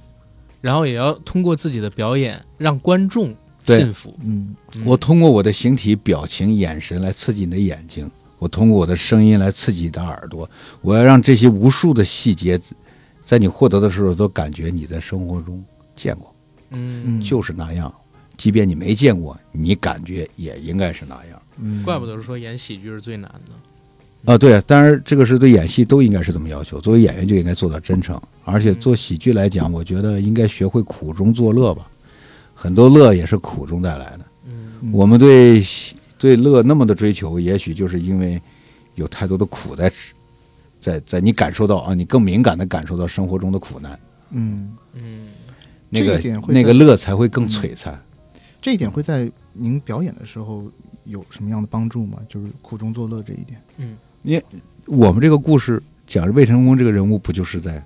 然后也要通过自己的表演让观众对信服。嗯，嗯我通过我的形体、表情、眼神来刺激你的眼睛，我通过我的声音来刺激你的耳朵。我要让这些无数的细节，在你获得的时候都感觉你在生活中见过，嗯，嗯就是那样。即便你没见过，你感觉也应该是那样。嗯怪不得说演喜剧是最难的。啊，对，当然这个是对演戏都应该是这么要求。作为演员就应该做到真诚，而嗯且做喜剧来讲，我觉得应该学会苦中作乐吧。很多乐也是苦中带来的。嗯嗯我们对喜对乐那么的追求，也许就是因为有太多的苦在吃在在你感受到啊，你更敏感的感受到生活中的苦难，嗯，嗯那这个一点会那个在嗯乐才会更璀璨。这一点会在您表演的时候有什么样的帮助吗？就是苦中作乐这一点。嗯我们这个故事讲魏成功这个人物，不就是在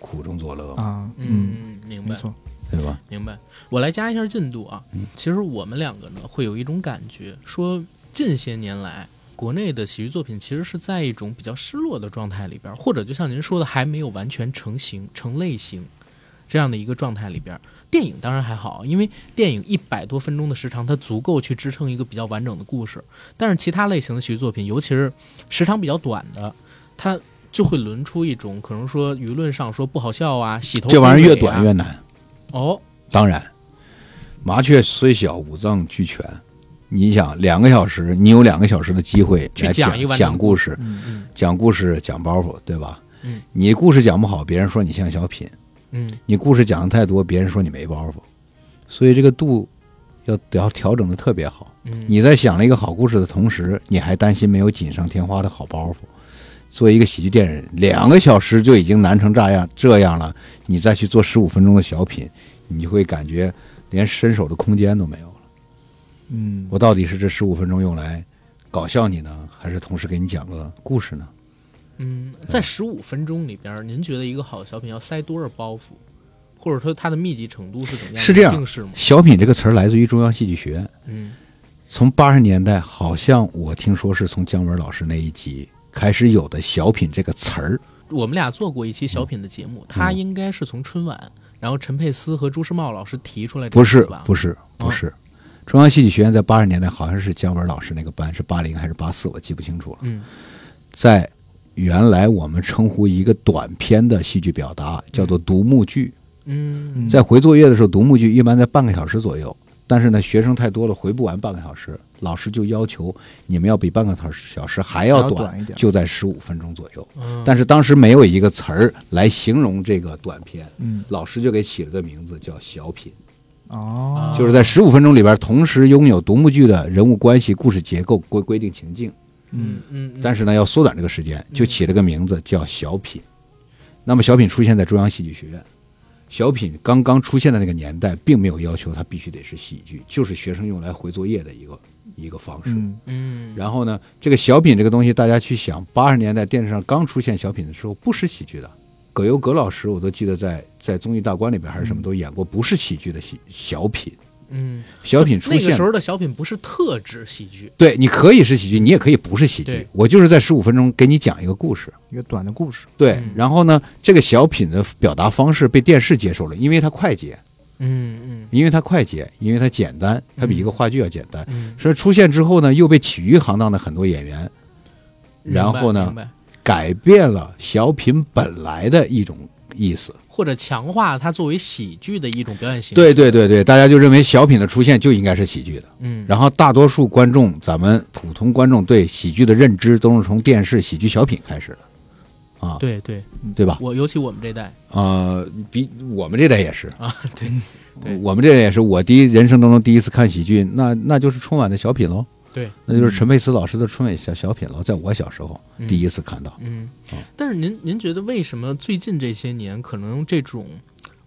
苦中作乐吗？啊，嗯，嗯，明没白错，对吧？明白。我来加一下进度啊嗯。其实我们两个呢，会有一种感觉，说近些年来。国内的喜剧作品其实是在一种比较失落的状态里边儿，或者就像您说的，还没有完全成型、成类型这样的一个状态里边儿。电影当然还好，啊因为电影一百多分钟的时长，它足够去支撑一个比较完整的故事。但是其他类型的喜剧作品，尤其是时长比较短的，它就会轮出一种可能说舆论上说不好笑啊、洗头、这玩意儿越短越难。哦，当然，麻雀虽小，五脏俱全。你想两个小时，你有两个小时的机会去来讲讲一完整讲的故事，嗯嗯讲故事讲包袱，对吧？嗯，你故事讲不好，别人说你像小品；嗯你故事讲的太多，别人说你没包袱。所以这个度要要调整的特别好。嗯，你在想了一个好故事的同时，你还担心没有锦上添花的好包袱。作为一个喜剧电影，两个小时就已经难成这样这样了，你再去做十五分钟的小品，你就会感觉连伸手的空间都没有了。嗯，我到底是这十五分钟用来搞笑你呢，还是同时给你讲个故事呢？嗯，在十五分钟里边儿，您觉得一个好的小品要塞多少包袱，或者说它的密集程度是怎么样的？是这样定式吗？小品这个词儿来自于中央戏剧学院，嗯从八十年代，好像我听说是从姜文老师那一集开始有的小品这个词儿。我们俩做过一期小品的节目，它嗯应该是从春晚，然后陈佩斯和朱时茂老师提出来这不个词是吧？不是不是，中央戏剧学院在八十年代好像是姜文老师那个班，是八零还是八四，我记不清楚了。嗯在原来我们称呼一个短篇的戏剧表达叫做独幕剧，嗯嗯在回作业的时候，独幕剧一般在半个小时左右。但是呢，学生太多了，回不完半个小时，老师就要求你们要比半个小时小时还还要要短，短一点就在十五分钟左右。嗯，但是当时没有一个词儿来形容这个短片，嗯，老师就给起了个名字叫小品。哦，就是在十五分钟里边，同时拥有独幕剧的人物关系、故事结构、规规定情境，嗯嗯，嗯但是呢，要缩短这个时间，就起了个名字叫小品。那么小品出现在中央戏剧学院，小品刚刚出现的那个年代，并没有要求它必须得是喜剧，就是学生用来回作业的一个一个方式。嗯嗯，然后呢，这个小品这个东西，大家去想，八十年代电视上刚出现小品的时候，不是喜剧的。葛优葛老师，我都记得在在综艺大观里边还是什么都演过，不是喜剧的喜小品。嗯，小品出现那个时候的小品不是特指喜剧，对，你可以是喜剧，你也可以不是喜剧对。我就是在十五分钟给你讲一个故事，一个短的故事，对。嗯然后呢，这个小品的表达方式被电视接受了，因为它快捷，嗯嗯因为它快捷，因为它简单，它比嗯一个话剧要简单。嗯，所以出现之后呢，又被体育行当的很多演员然后呢明白明白改变了小品本来的一种意思。或者强化它作为喜剧的一种表演形式，对，对对对，大家就认为小品的出现就应该是喜剧的。嗯，然后大多数观众，咱们普通观众对喜剧的认知都是从电视喜剧小品开始的，啊，对对，对吧？我尤其我们这代呃，比我们这代也是，啊， 对，对我们这代也是。我第一人生当中第一次看喜剧，那那就是春晚的小品喽，对，那就是陈佩斯老师的春晚小小品喽，在我小时候嗯第一次看到。嗯哦，但是您您觉得为什么最近这些年可能这种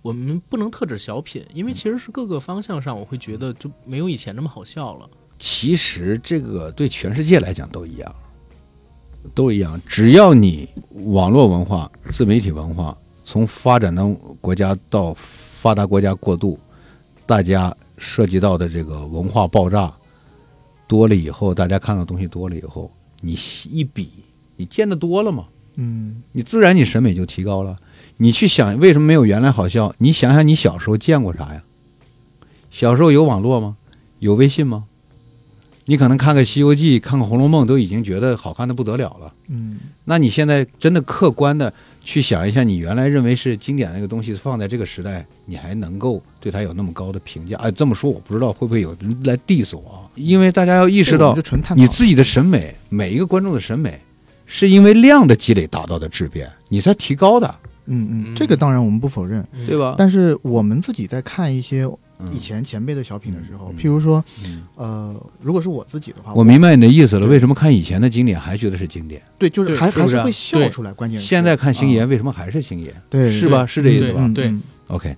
我们不能特指小品，因为其实是各个方向上，我会觉得就没有以前那么好笑了。其实这个对全世界来讲都一样，都一样。只要你网络文化、自媒体文化从发展中国家到发达国家过渡，大家涉及到的这个文化爆炸多了以后，大家看到东西多了以后，你一比，你见得多了嘛，嗯你自然你审美就提高了。你去想为什么没有原来好笑？你想想你小时候见过啥呀？小时候有网络吗？有微信吗？你可能看个《西游记》、看个《红楼梦》都已经觉得好看的不得了了。嗯那你现在真的客观的去想一下，你原来认为是经典的那个东西，放在这个时代，你还能够对它有那么高的评价？哎，这么说我不知道会不会有人来 diss 我啊？因为大家要意意识到就，纯探讨你自己的审美，每一个观众的审美，是因为量的积累达到的质变，你才提高的，嗯嗯，这个当然我们不否认，嗯对吧？但是我们自己在看一些嗯以前前辈的小品的时候，嗯嗯譬如说，嗯呃，如果是我自己嗯的话，我明白你的意思了。为什么看以前的经典还觉得是经典？对，就是对还是不还是是会对嗯笑出来。关键是现在看星爷啊为什么还是星爷？对是吧？是这意思吧嗯对嗯？OK，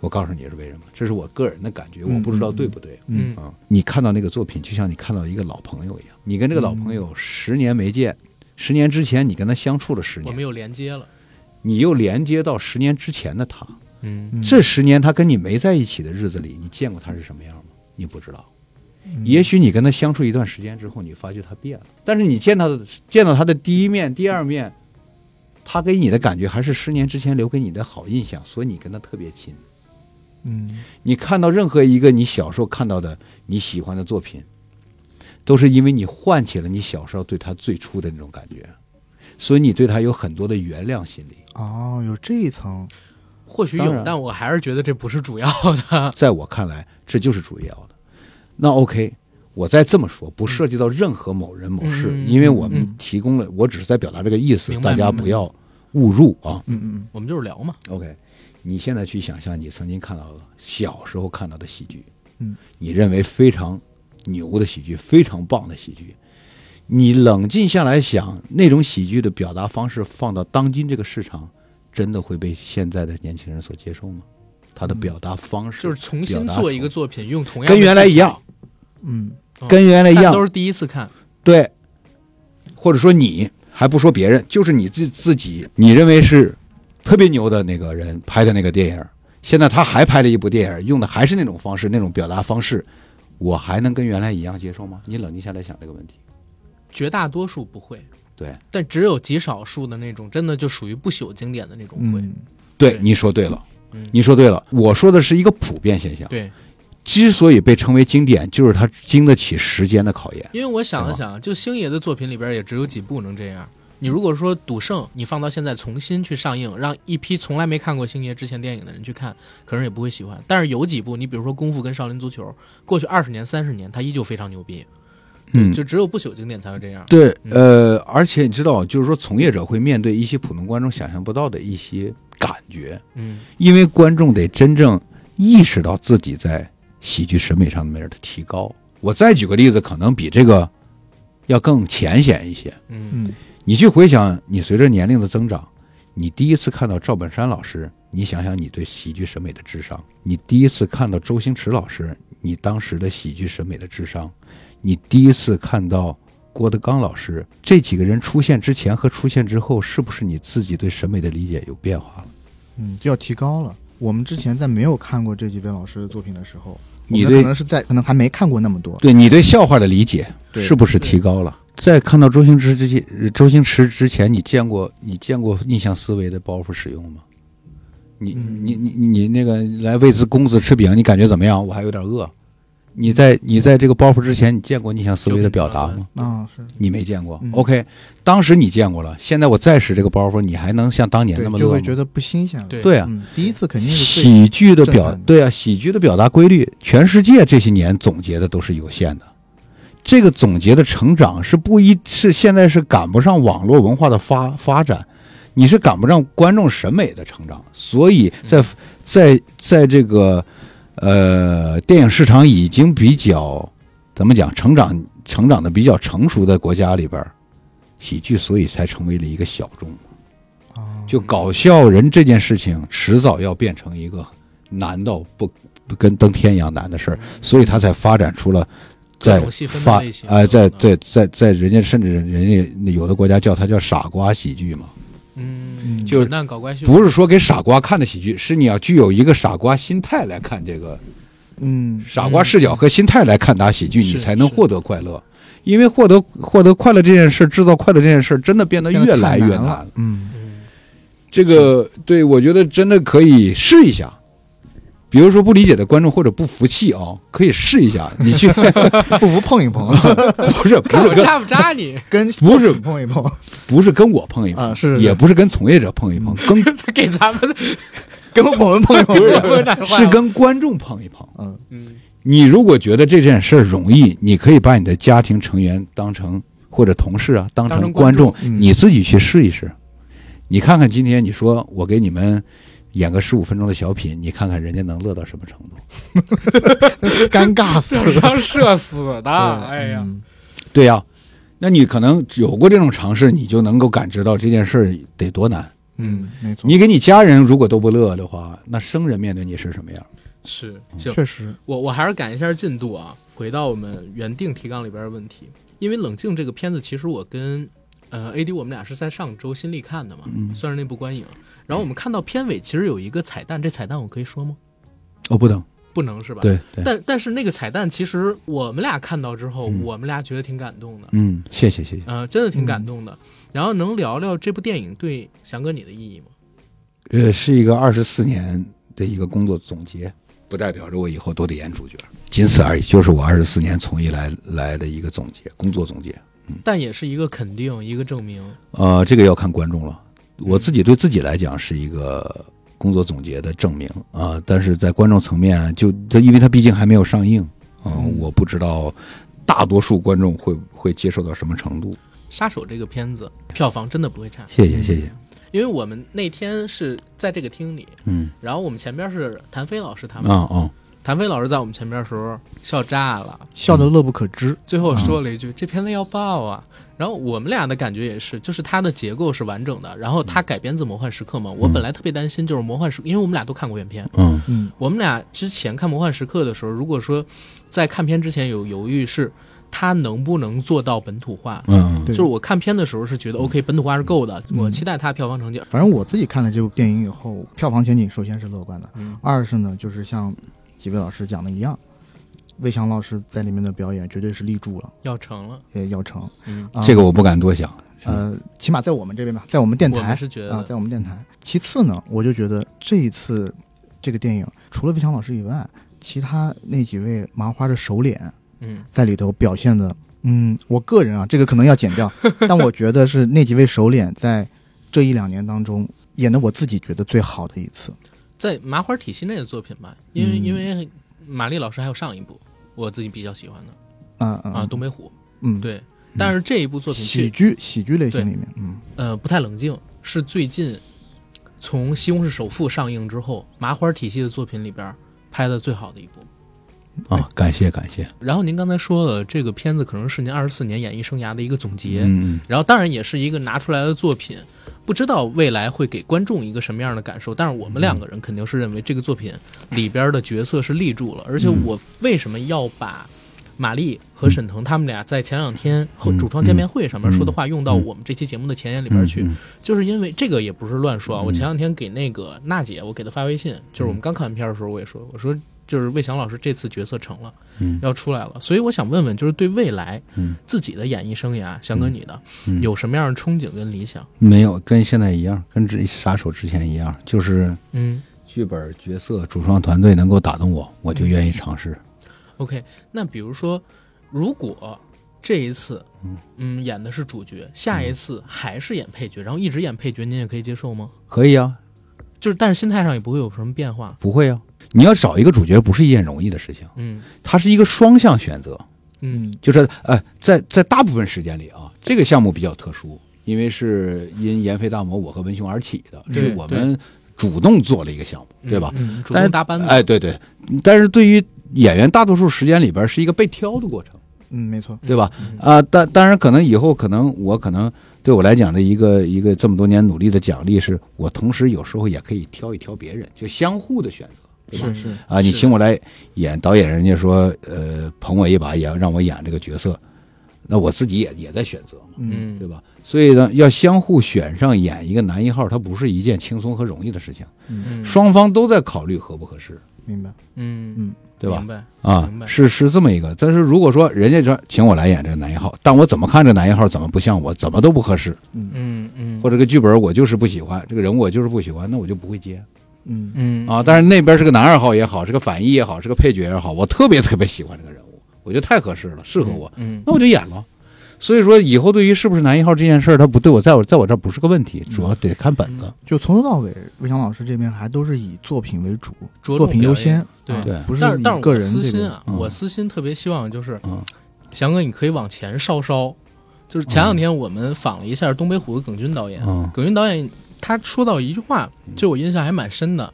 我告诉你是为什么，这是我个人的感觉，嗯我不知道对不对嗯啊。你看到那个作品，就像你看到一个老朋友一样，你跟这个老朋友嗯十年没见，十年之前你跟他相处了十我们年，又连接了，你又连接到十年之前的他，嗯嗯这十年他跟你没在一起的日子里，你见过他是什么样吗？你不知道。也许你跟他相处一段时间之后，你发觉他变了，但是你见到的见到他的第一面、第二面，他给你的感觉还是十年之前留给你的好印象，所以你跟他特别亲。嗯你看到任何一个你小时候看到的你喜欢的作品，都是因为你唤起了你小时候对他最初的那种感觉，所以你对他有很多的原谅心理。哦，有这一层，或许当有，然但我还是觉得这不是主要的。 在我看来，这就是主要的。那 OK，我再这么说，不涉及到任何某人某事，嗯嗯因为我们嗯提供了，我只是在表达这个意思，明白大家不要误入啊。嗯嗯我们就是聊嘛， OK，你现在去想象你曾经看到的小时候看到的喜剧，嗯，你认为非常牛的喜剧，非常棒的喜剧。你冷静下来想，那种喜剧的表达方式放到当今这个市场，真的会被现在的年轻人所接受吗？他的表达方式嗯就是重表新达做一手个作品，用同样的跟原来一样，嗯跟原来一技巧，但样，都是第一次看，对，或者说你还不说别人，就是你自自己，你认为是特别牛的那个人拍的那个电影，现在他还拍了一部电影，用的还是那种方式，那种表达方式，我还能跟原来一样接受吗？你冷静下来想这个问题，绝大多数不会，对，但只有极少数的那种，真的就属于不朽经典的那种会。嗯对对，你说对了嗯。你说对了，我说的是一个普遍现象。对，之所以被称为经典，就是它经得起时间的考验。因为我想了想，就星爷的作品里边也只有几部能这样。你如果说《赌圣》，你放到现在重新去上映，让一批从来没看过星爷之前电影的人去看，可能也不会喜欢。但是有几部，你比如说《功夫》跟《少林足球》，过去二十年、三十年，它依旧非常牛逼。嗯，就只有不朽经典才会这样。对，呃，而且你知道，就是说，从业者会面对一些普通观众想象不到的一些感觉，嗯因为观众得真正意识到自己在喜剧审美上面的提高。我再举个例子，可能比这个要更浅显一些。嗯嗯你去回想，你随着年龄的增长，你第一次看到赵本山老师，你想想你对喜剧审美的智商；你第一次看到周星驰老师，你当时的喜剧审美的智商；你第一次看到郭德纲老师，这几个人出现之前和出现之后，是不是你自己对审美的理解有变化了？嗯，就要提高了。我们之前在没有看过这几位老师的作品的时候，你我们对可能是在可能还没看过那么多。对你对笑话的理解对是不是提高了？在看到周星驰之前，呃周星驰之前，你见过你见过逆向思维的包袱使用吗？你嗯你你你你那个来喂只公子吃饼，你感觉怎么样？我还有点饿。你在你在这个包袱之前，你见过逆向思维的表达吗？啊，是你没见过嗯。 OK，当时你见过了，现在我再使这个包袱，你还能像当年对那么，就乐会吗觉？得不新鲜了。对对啊，嗯，第一次肯定是最喜剧的震表撼的对啊，喜剧的表达规律，全世界这些年总结的都是有限的。这个总结的成长是不一，是现在是赶不上网络文化的发发展，你是赶不上观众审美的成长，所以在、嗯在在这个呃电影市场已经比较怎么讲成长成长的比较成熟的国家里边儿，喜剧所以才成为了一个小众。哦啊，就搞笑人这件事情，迟早要变成一个难到不不跟登天一样难的事儿，所以他才发展出了嗯各在种细分的发类型啊哎，在等等在在在人家甚至人家有的国家叫它叫傻瓜喜剧嘛，嗯嗯，就扯淡搞怪秀，不是说给傻瓜看的喜剧，是你要具有一个傻瓜心态来看这个嗯，傻瓜视角和心态来看待喜剧，是你才能是获得快乐。因为获得获得快乐这件事，制造快乐这件事，真的变得越变得太来越难了了。。嗯嗯，这个对我觉得真的可以试一下。比如说不理解的观众或者不服气啊、可以试一下，你去 不服碰一碰，不是不看是 我跟扎不扎你？ 跟不是碰一碰 不是跟我碰一碰，啊，是也不是跟从业者碰一碰，跟他给咱们的跟我们碰一碰，有点坏是跟观众碰一碰。嗯 嗯你如果觉得这件事儿容易，你可以把你的家庭成员当成或者同事啊，当当成成观观众众，嗯你自己去试一试。你看看今天你说我给你们演个十五分钟的小品，你看看人家能乐到什么程度？ 尴尬死这了。让社死的，哎呀，嗯，对呀、那你可能有过这种尝试，你就能够感知到这件事儿得多难。嗯，没错，你给你家人如果都不乐的话，那生人面对你是什么样？是行，确实，我我还是赶一下进度啊，回到我们原定提纲里边的问题，因为《冷静》这个片子，其实我跟呃 AD 我们俩是在上周新力看的嘛，嗯，算是内部观影。然后我们看到片尾其实有一个彩蛋，这彩蛋我可以说吗？哦，不等，不能是吧？。对对，但但是那个彩蛋，其实我们俩看到之后，嗯我们俩觉得挺感动的，嗯，谢谢谢谢。呃，真的挺嗯感动的。然后能聊聊这部电影对翔哥你的意义嗯吗？呃，是一个二十四年的一个工作总结，不代表着我以后都得演主角，仅此而已，就是我二十四年从艺来来的一个总结，工作总结。但也是一个肯定，一个证明。呃，这个要看观众了。我自己对自己来讲是一个工作总结的证明啊、但是在观众层面，就它因为它毕竟还没有上映，嗯嗯，我不知道大多数观众会会接受到什么程度。杀手这个片子票房真的不会差，谢谢谢谢，因为我们那天是在这个厅里，嗯然后我们前边是谭飞老师他啊们，啊、嗯谭飞老师在我们前边的时候笑炸了，笑得乐不可支。最后说了一句：“这片子要爆啊！”然后我们俩的感觉也是，就是它的结构是完整的，然后它改编自《魔幻时刻》嘛，我本来特别担心就是《魔幻时刻》，因为我们俩都看过原片，嗯嗯，我们俩之前看《魔幻时刻》的时候，如果说在看片之前有犹豫是它能不能做到本土化。嗯，对就是我看片的时候是觉得 OK，本土化是够的，嗯我期待它票房成绩。反正我自己看了这部电影以后，票房前景首先是乐观的，嗯二是呢，就是像几位老师讲的一样，魏翔老师在里面的表演绝对是立住了，要成了，也要成。嗯，啊这个我不敢多想。呃，起码在我们这边吧，在我们电我们台是觉啊，得在我们电台。其次呢，我就觉得这一次这个电影，除了魏翔老师以外，其他那几位麻花的首脸嗯在里头表现的，嗯，我个人啊，这个可能要剪 掉，但我觉得是那几位首脸在这一两年当中演的我自己觉得最好的一次。在麻花体系内的作品吧，因为、嗯因为马丽老师还有上一部，我自己比较喜欢的嗯嗯啊，东北虎，嗯，对。但是这一部作品喜去剧喜剧类型对里面，嗯呃不太冷静，是最近从《西红柿首富》上映之后，麻花体系的作品里边拍的最好的一部。啊，感谢感谢，然后您刚才说了，这个片子可能是您二十四年演艺生涯的一个总结，嗯嗯然后当然也是一个拿出来的作品，不知道未来会给观众一个什么样的感受。但是我们嗯两个人肯定是认为这个作品里边的角色是立住了，而且嗯我为什么要把马丽和沈腾他们俩在前两天后嗯主创见面会上面说的话用到我们这期节目的前言里边去，嗯就是因为这个也不是乱说啊。我前两天给那个娜姐，我给她发微信，就是我嗯们刚看完片儿的时候，我也说，我说就是魏翔老师这次角色成了。嗯要出来了，所以我想问问，就是对未来嗯自己的演艺生涯，翔哥你的嗯有什么样的憧憬跟理想？没有跟现在一样，跟这杀手之前一样，就是嗯剧本、角色、主创团队能够打动我，我就愿意尝试。 ，OK，那比如说，如果这一次，嗯，演的是主角，下一次嗯还是演配角，然后一直演配角，您也可以接受吗？可以啊，就是，但是心态上也不会有什么变化。不会啊。你要找一个主角不是一件容易的事情，嗯它是一个双向选择，嗯嗯就是呃，在在大部分时间里啊，这个项目比较特殊，因为是因闫飞大魔我和文雄而起的，对是我们主动做了一个项目，对吧？嗯，主但动是搭班子。哎，对对，但是对于演员，大多数时间里边是一个被挑的过程。嗯，没错，对吧嗯？啊、当当然，可能以后可能我可能对我来讲的一个一个这么多年努力的奖励，是我同时有时候也可以挑一挑别人，就相互的选择。对吧是是啊，你是请我来演导演，人家说呃捧我一把，也让我演这个角色，那我自己也也在选择嘛，嗯对吧？所以呢，要相互选上演一个男一号，它不是一件轻松和容易的事情，嗯，嗯双方都在考虑合不合适，明白。嗯，嗯，对吧明？白啊明白，是是这么一个。但是如果说人家说请我来演这个男一号，但我怎么看这男一号怎么不像我，怎么都不合适，嗯嗯嗯，或者这个剧本我就是不喜欢，这个人我就是不喜欢，那我就不会接嗯嗯啊。但是那边是个男二号也好，是个反一也好，是个配角也好，我特别特别喜欢这个人物，我觉得太合适了，适合我，，嗯那我就演了。所以说，以后对于是不是男一号这件事儿，他不对我，在我在我这儿不是个问题，主要得看本子。就从头到尾，魏翔老师这边还都是以作品为主，着重作品优先，表演啊对不是但是你但是个我人私这心个啊，嗯我私心特别希望就是嗯，翔哥你可以往前稍稍，就是前嗯两天我们访了一下东北虎的耿军导演，嗯耿军导演他说到一句话，就我印象还蛮深的。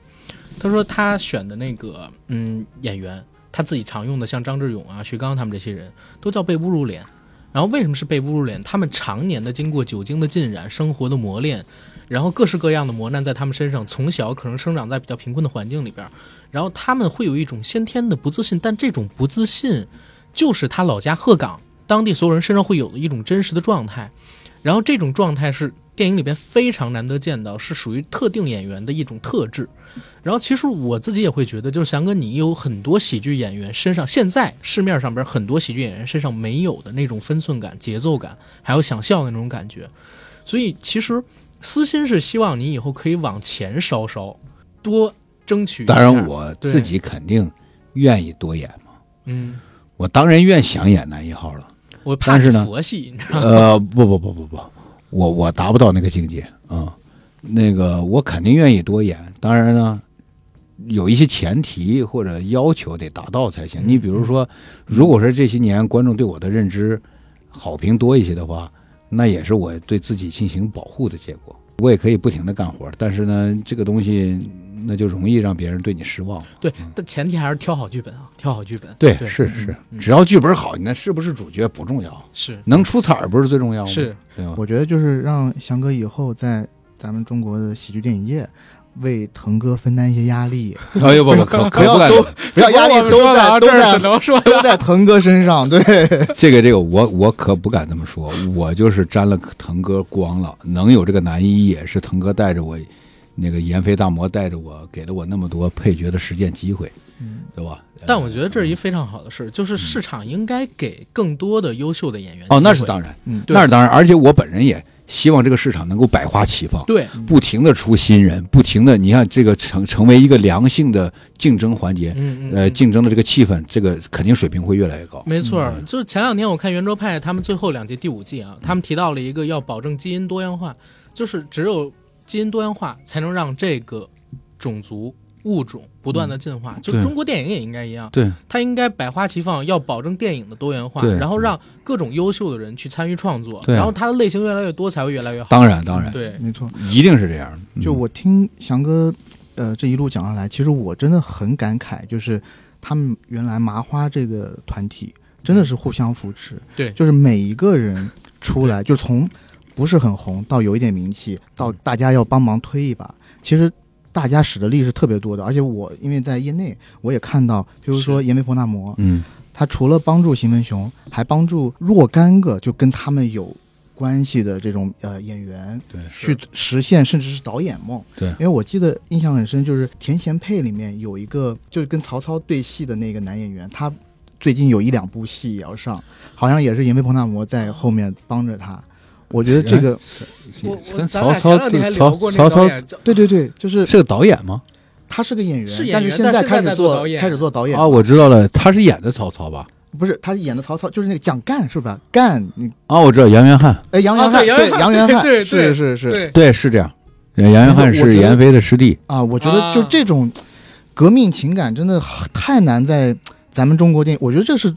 他说他选的那个嗯演员，他自己常用的像张志勇啊、徐刚他们这些人都叫被侮辱脸。然后为什么是被侮辱脸？他们常年的经过酒精的浸染、生活的磨练，然后各式各样的磨难在他们身上，从小可能生长在比较贫困的环境里边，然后他们会有一种先天的不自信，但这种不自信就是他老家鹤岗当地所有人身上会有的一种真实的状态。然后这种状态是电影里边非常难得见到，是属于特定演员的一种特质。然后其实我自己也会觉得，就是翔哥，你有很多喜剧演员身上，现在市面上边很多喜剧演员身上没有的那种分寸感、节奏感，还有想笑的那种感觉。所以其实私心是希望你以后可以往前稍稍多争取一下。当然，我对自己肯定愿意多演嘛，嗯，我当然愿想演男一号了。我怕但是你呢佛系，你知道吗？呃，不不不不不，我我达不到那个境界啊、那个我肯定愿意多演，当然呢，有一些前提或者要求得达到才嗯行。你比如说，如果说这些年观众对我的认知好评多一些的话，那也是我对自己进行保护的结果。我也可以不停的干活，但是呢，这个东西那就容易让别人对你失望。对，但前提还是挑好剧本啊，挑好剧本。对，对是是，嗯只要剧本好，你看是不是主角不重要，是能出彩儿不是最重要吗？是，对吧？我觉得就是让翔哥以后在咱们中国的喜剧电影业为腾哥分担一些压 力，哎呦不不，可可不 敢都这压力都在都这只在能说都在腾哥身上，对， 这个这个，我我可不敢这么说，我就是沾了腾哥光了，能有这个男一也是腾哥带着我，那个闫飞大魔带着我，给了我那么多配角的实践机会，嗯对吧？但我觉得嗯这是一非常好的事，就是市场应该给更多的优秀的演员哦，那是机会当然，嗯对那是当然，而且我本人也希望这个市场能够百花齐放，对，不停的出新人，不停的，你看这个成成为一个良性的竞争环节，嗯嗯，呃，嗯竞争的这个气氛，这个肯定水平会越来越高。没错嗯儿，就是前两天我看圆桌派他们最后两季第五季啊，他们提到了一个要保证基因多样化，就是只有基因多样化才能让这个种族物种不断的进化，就嗯是对中国电影也应该一样，对，它应该百花齐放，要保证电影的多元化，对然后让各种优秀的人去参与创作，对啊然后它的类型越来越多才会越来越好。当然当然，对， 没错。一定是这样嗯的。就我听翔哥，呃，这一路讲下来，其实我真的很感慨，就是他们原来麻花这个团体真的是互相扶持，对就是每一个人出来，就从不是很红到有一点名气，到大家要帮忙推一把，其实。大家使的力是特别多的，而且我因为在业内，我也看到，比如说闫飞婆纳摩，嗯他除了帮助邢文雄，还帮助若干个就跟他们有关系的这种呃演员，对去实现甚至是导演梦。对因为我记得印象很深，就是《甜贤配》里面有一个就是跟曹操对戏的那个男演员，他最近有一两部戏也要上，好像也是因为彭大魔在后面帮着他。我觉得这个，我我跟咱曹俩前操两天还对聊曹过那曹个操导演啊叫对对对，就是是个导演吗？他是个演员，是演员但是但在现在开在始做做导演开始做导演啊，我知道了，他是演的曹操吧？不是他演的曹操，就是那个蒋干是吧？干，你啊，我知道杨元翰，哎杨元啊汉对杨元汉杨元汉 对对是是是，对对，是这样。杨元我翰觉得是闫飞的师弟，啊，我觉得就啊这种革命情感真的很太难在咱们中国电影，我觉得这是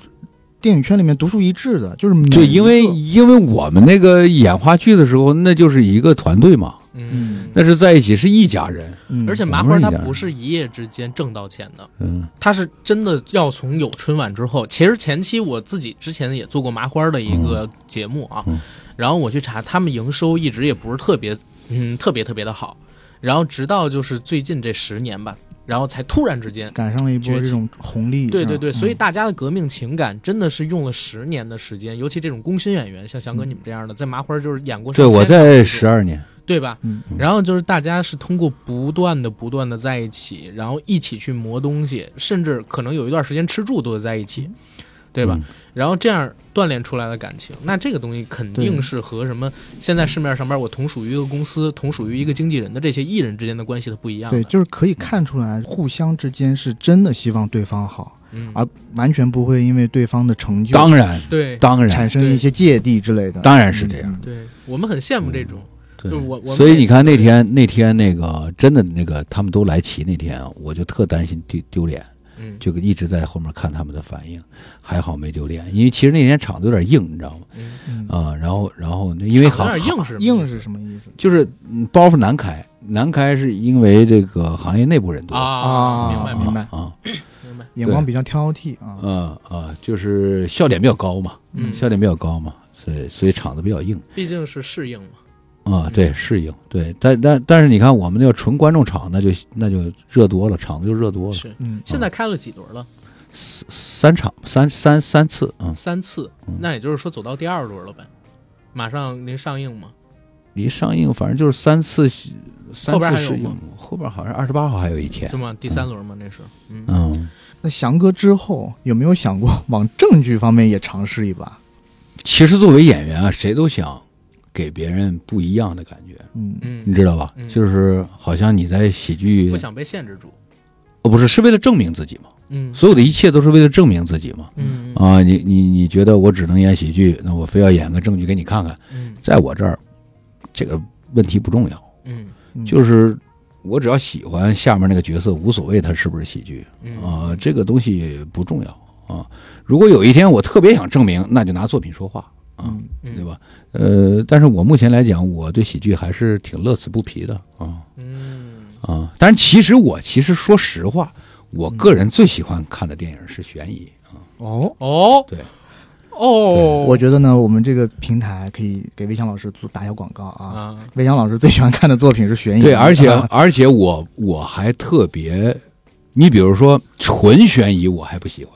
电影圈里面独树一帜的，就是每就因为一个因为我们那个演话剧的时候，那就是一个团队嘛，嗯，那是在一起是一家人，嗯，而且麻花它不是一夜之间挣到钱的，嗯，它是真的要从有春晚之后。其实前期我自己之前也做过麻花的一个节目啊，嗯然后我去查，他们营收一直也不是特别，嗯，特别特别的好。然后直到就是最近这十年吧，然后才突然之间，赶上了一波崛起这种红利。对是吧对对，嗯所以大家的革命情感真的是用了十年的时间，尤其这种工薪演员，像翔哥你们这样的，在麻花就是演过对上千我场在的十作二年，对吧？嗯，然后就是大家是通过不断的、不断的在一起，然后一起去磨东西，甚至可能有一段时间吃住都在一起，对吧？嗯然后这样锻炼出来的感情，那这个东西肯定是和什么现在市面上边我同属于一个公司、同属于一个经纪人的这些艺人之间的关系的不一样的。对，就是可以看出来，互相之间是真的希望对方好，嗯，而完全不会因为对方的成就当然，对当然，产生一些芥蒂之类的。当然是这样嗯。嗯对，我们很羡慕这种。对就是我我们所以你看也那是天那天那个真的那个他们都来齐那天，我就特担心丢丢脸，嗯就一直在后面看他们的反应，还好没丢脸，因为其实那天场子有点硬，你知道吗？嗯，嗯啊、然后然后那因为好有点硬是硬是什么意思？就是嗯包袱难开，难开是因为这个行业内部人多啊，明白啊明明白啊白明白，眼光比较挑剔啊。嗯啊，就是笑点比较高嘛，嗯笑点比较高嘛，所以所以场子比较硬。毕竟是适应嘛。嗯啊，对，适应，对，但但但是你看，我们那要纯观众场，那就那就热多了，场子就热多了，是，嗯，现在开了几轮了？三三场三三三次，嗯，三次嗯，那也就是说走到第二轮了呗，马上临上映嘛。离上映反正就是三次，三后边次还有适应吗，后边好像二十八号还有一天是，吗？第三轮吗？那是，嗯，嗯，那翔哥之后有没有想过往正剧方面也尝试一把？其实作为演员啊，谁都想给别人不一样的感觉，嗯，你嗯，知道吧？嗯就是好像你在喜剧不，想被限制住，哦，不是，是为了证明自己嘛，嗯所有的一切都是为了证明自己嘛。嗯啊，你你你觉得我只能演喜剧，那我非要演个正剧给你看看。嗯在我这儿，这个问题不重要，嗯嗯就是我只要喜欢下面那个角色，无所谓他是不是喜剧嗯啊、这个东西不重要啊、如果有一天我特别想证明，那就拿作品说话啊、嗯嗯对吧？呃，但是我目前来讲，我对喜剧还是挺乐此不疲的啊嗯啊、但是其实我其实说实话，我个人最喜欢看的电影是悬疑。哦。哦对哦，我觉得呢，我们这个平台可以给魏翔老师做打小广告啊。啊魏翔老师最喜欢看的作品是哎悬疑，对， 而且啊而且我我还特别，你比如说纯悬疑，我还不喜欢。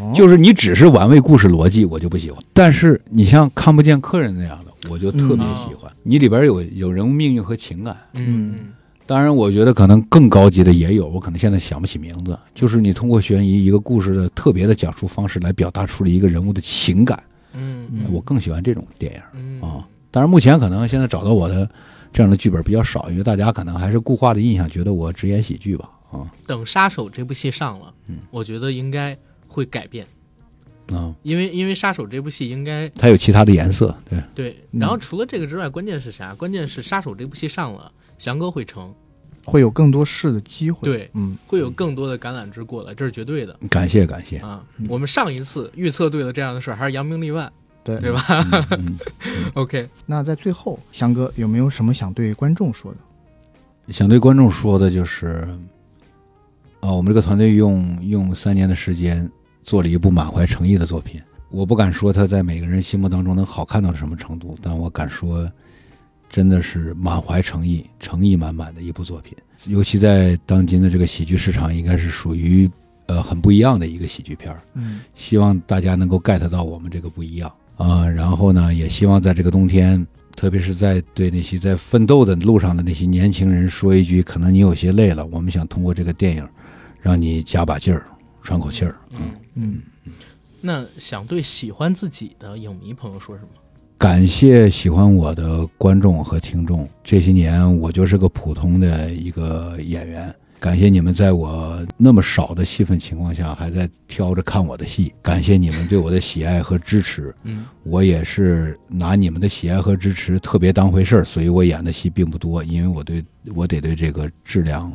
哦就是你只是玩味故事逻辑，我就不喜欢。但是你像看不见客人那样的，我就特别喜欢。你里边有有人物命运和情感，嗯当然我觉得可能更高级的也有，我可能现在想不起名字。就是你通过悬疑一个故事的特别的讲述方式来表达出了一个人物的情感，嗯我更喜欢这种电影。嗯啊，当然目前可能现在找到我的这样的剧本比较少，因为大家可能还是固化的印象，觉得我只演喜剧吧。啊等《杀手》这部戏上了嗯，我觉得应该会改变，啊，因为因为《杀手》这部戏应该它有其他的颜色，对。对，嗯然后除了这个之外，关键是啥？关键是《杀手》这部戏上了，翔哥会成，会有更多试的机会。对，嗯，会有更多的橄榄枝过来，这是绝对的。感谢感谢，啊，我们上一次预测对了这样的事儿，还是扬名立万，对对吧、嗯嗯 o k 那在最后，翔哥有没有什么想对观众说的？想对观众说的就是，啊，我们这个团队用用三年的时间做了一部满怀诚意的作品。我不敢说它在每个人心目当中能好看到什么程度，但我敢说，真的是满怀诚意、诚意满满的一部作品。尤其在当今的这个喜剧市场，应该是属于呃很不一样的一个喜剧片儿。嗯希望大家能够 get 到我们这个不一样啊、然后呢，也希望在这个冬天，特别是在对那些在奋斗的路上的那些年轻人说一句，可能你有些累了，我们想通过这个电影，让你加把劲儿，喘口气儿。嗯，嗯，那想对喜欢自己的影迷朋友说什么？感谢喜欢我的观众和听众，这些年我就是个普通的一个演员。感谢你们在我那么少的戏份情况下，还在挑着看我的戏。感谢你们对我的喜爱和支持。嗯我也是拿你们的喜爱和支持特别当回事儿，所以我演的戏并不多，因为我对我得对这个质量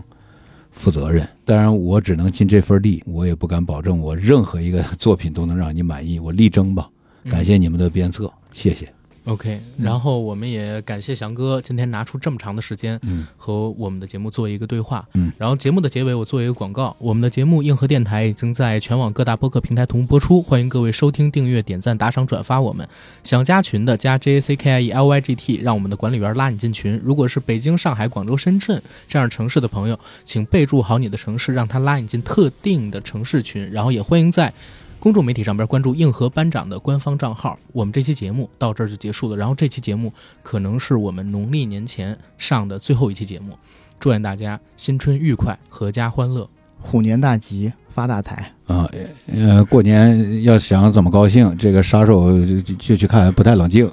负责任。当然，我只能尽这份力，我也不敢保证 我任何一个作品都能让你满意，我力争吧。感谢你们的鞭策，谢谢。 OK，嗯然后我们也感谢翔哥今天拿出这么长的时间嗯，和我们的节目做一个对话。嗯，然后节目的结尾我做一个广告，我们的节目硬核电台已经在全网各大播客平台同步播出，欢迎各位收听、订阅、点赞、打赏、转发我们。想加群的加 J A C K I E L Y G T，让我们的管理员拉你进群。如果是北京、上海、广州、深圳这样城市的朋友，请备注好你的城市，让他拉你进特定的城市群。然后也欢迎在公众媒体上边关注硬核班长的官方账号。我们这期节目到这儿就结束了，然后这期节目可能是我们农历年前上的最后一期节目。祝愿大家新春愉快，阖家欢乐。虎年大吉，发大财。 啊，呃，过年要想怎么高兴，这个杀手就就就去看不太冷静。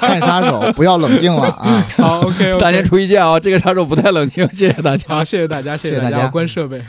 看杀手，不要冷静了啊！好，OK，大年初一见啊！这个杀手不太冷静，谢谢大家。好，谢谢大家，谢谢谢大大家关设备。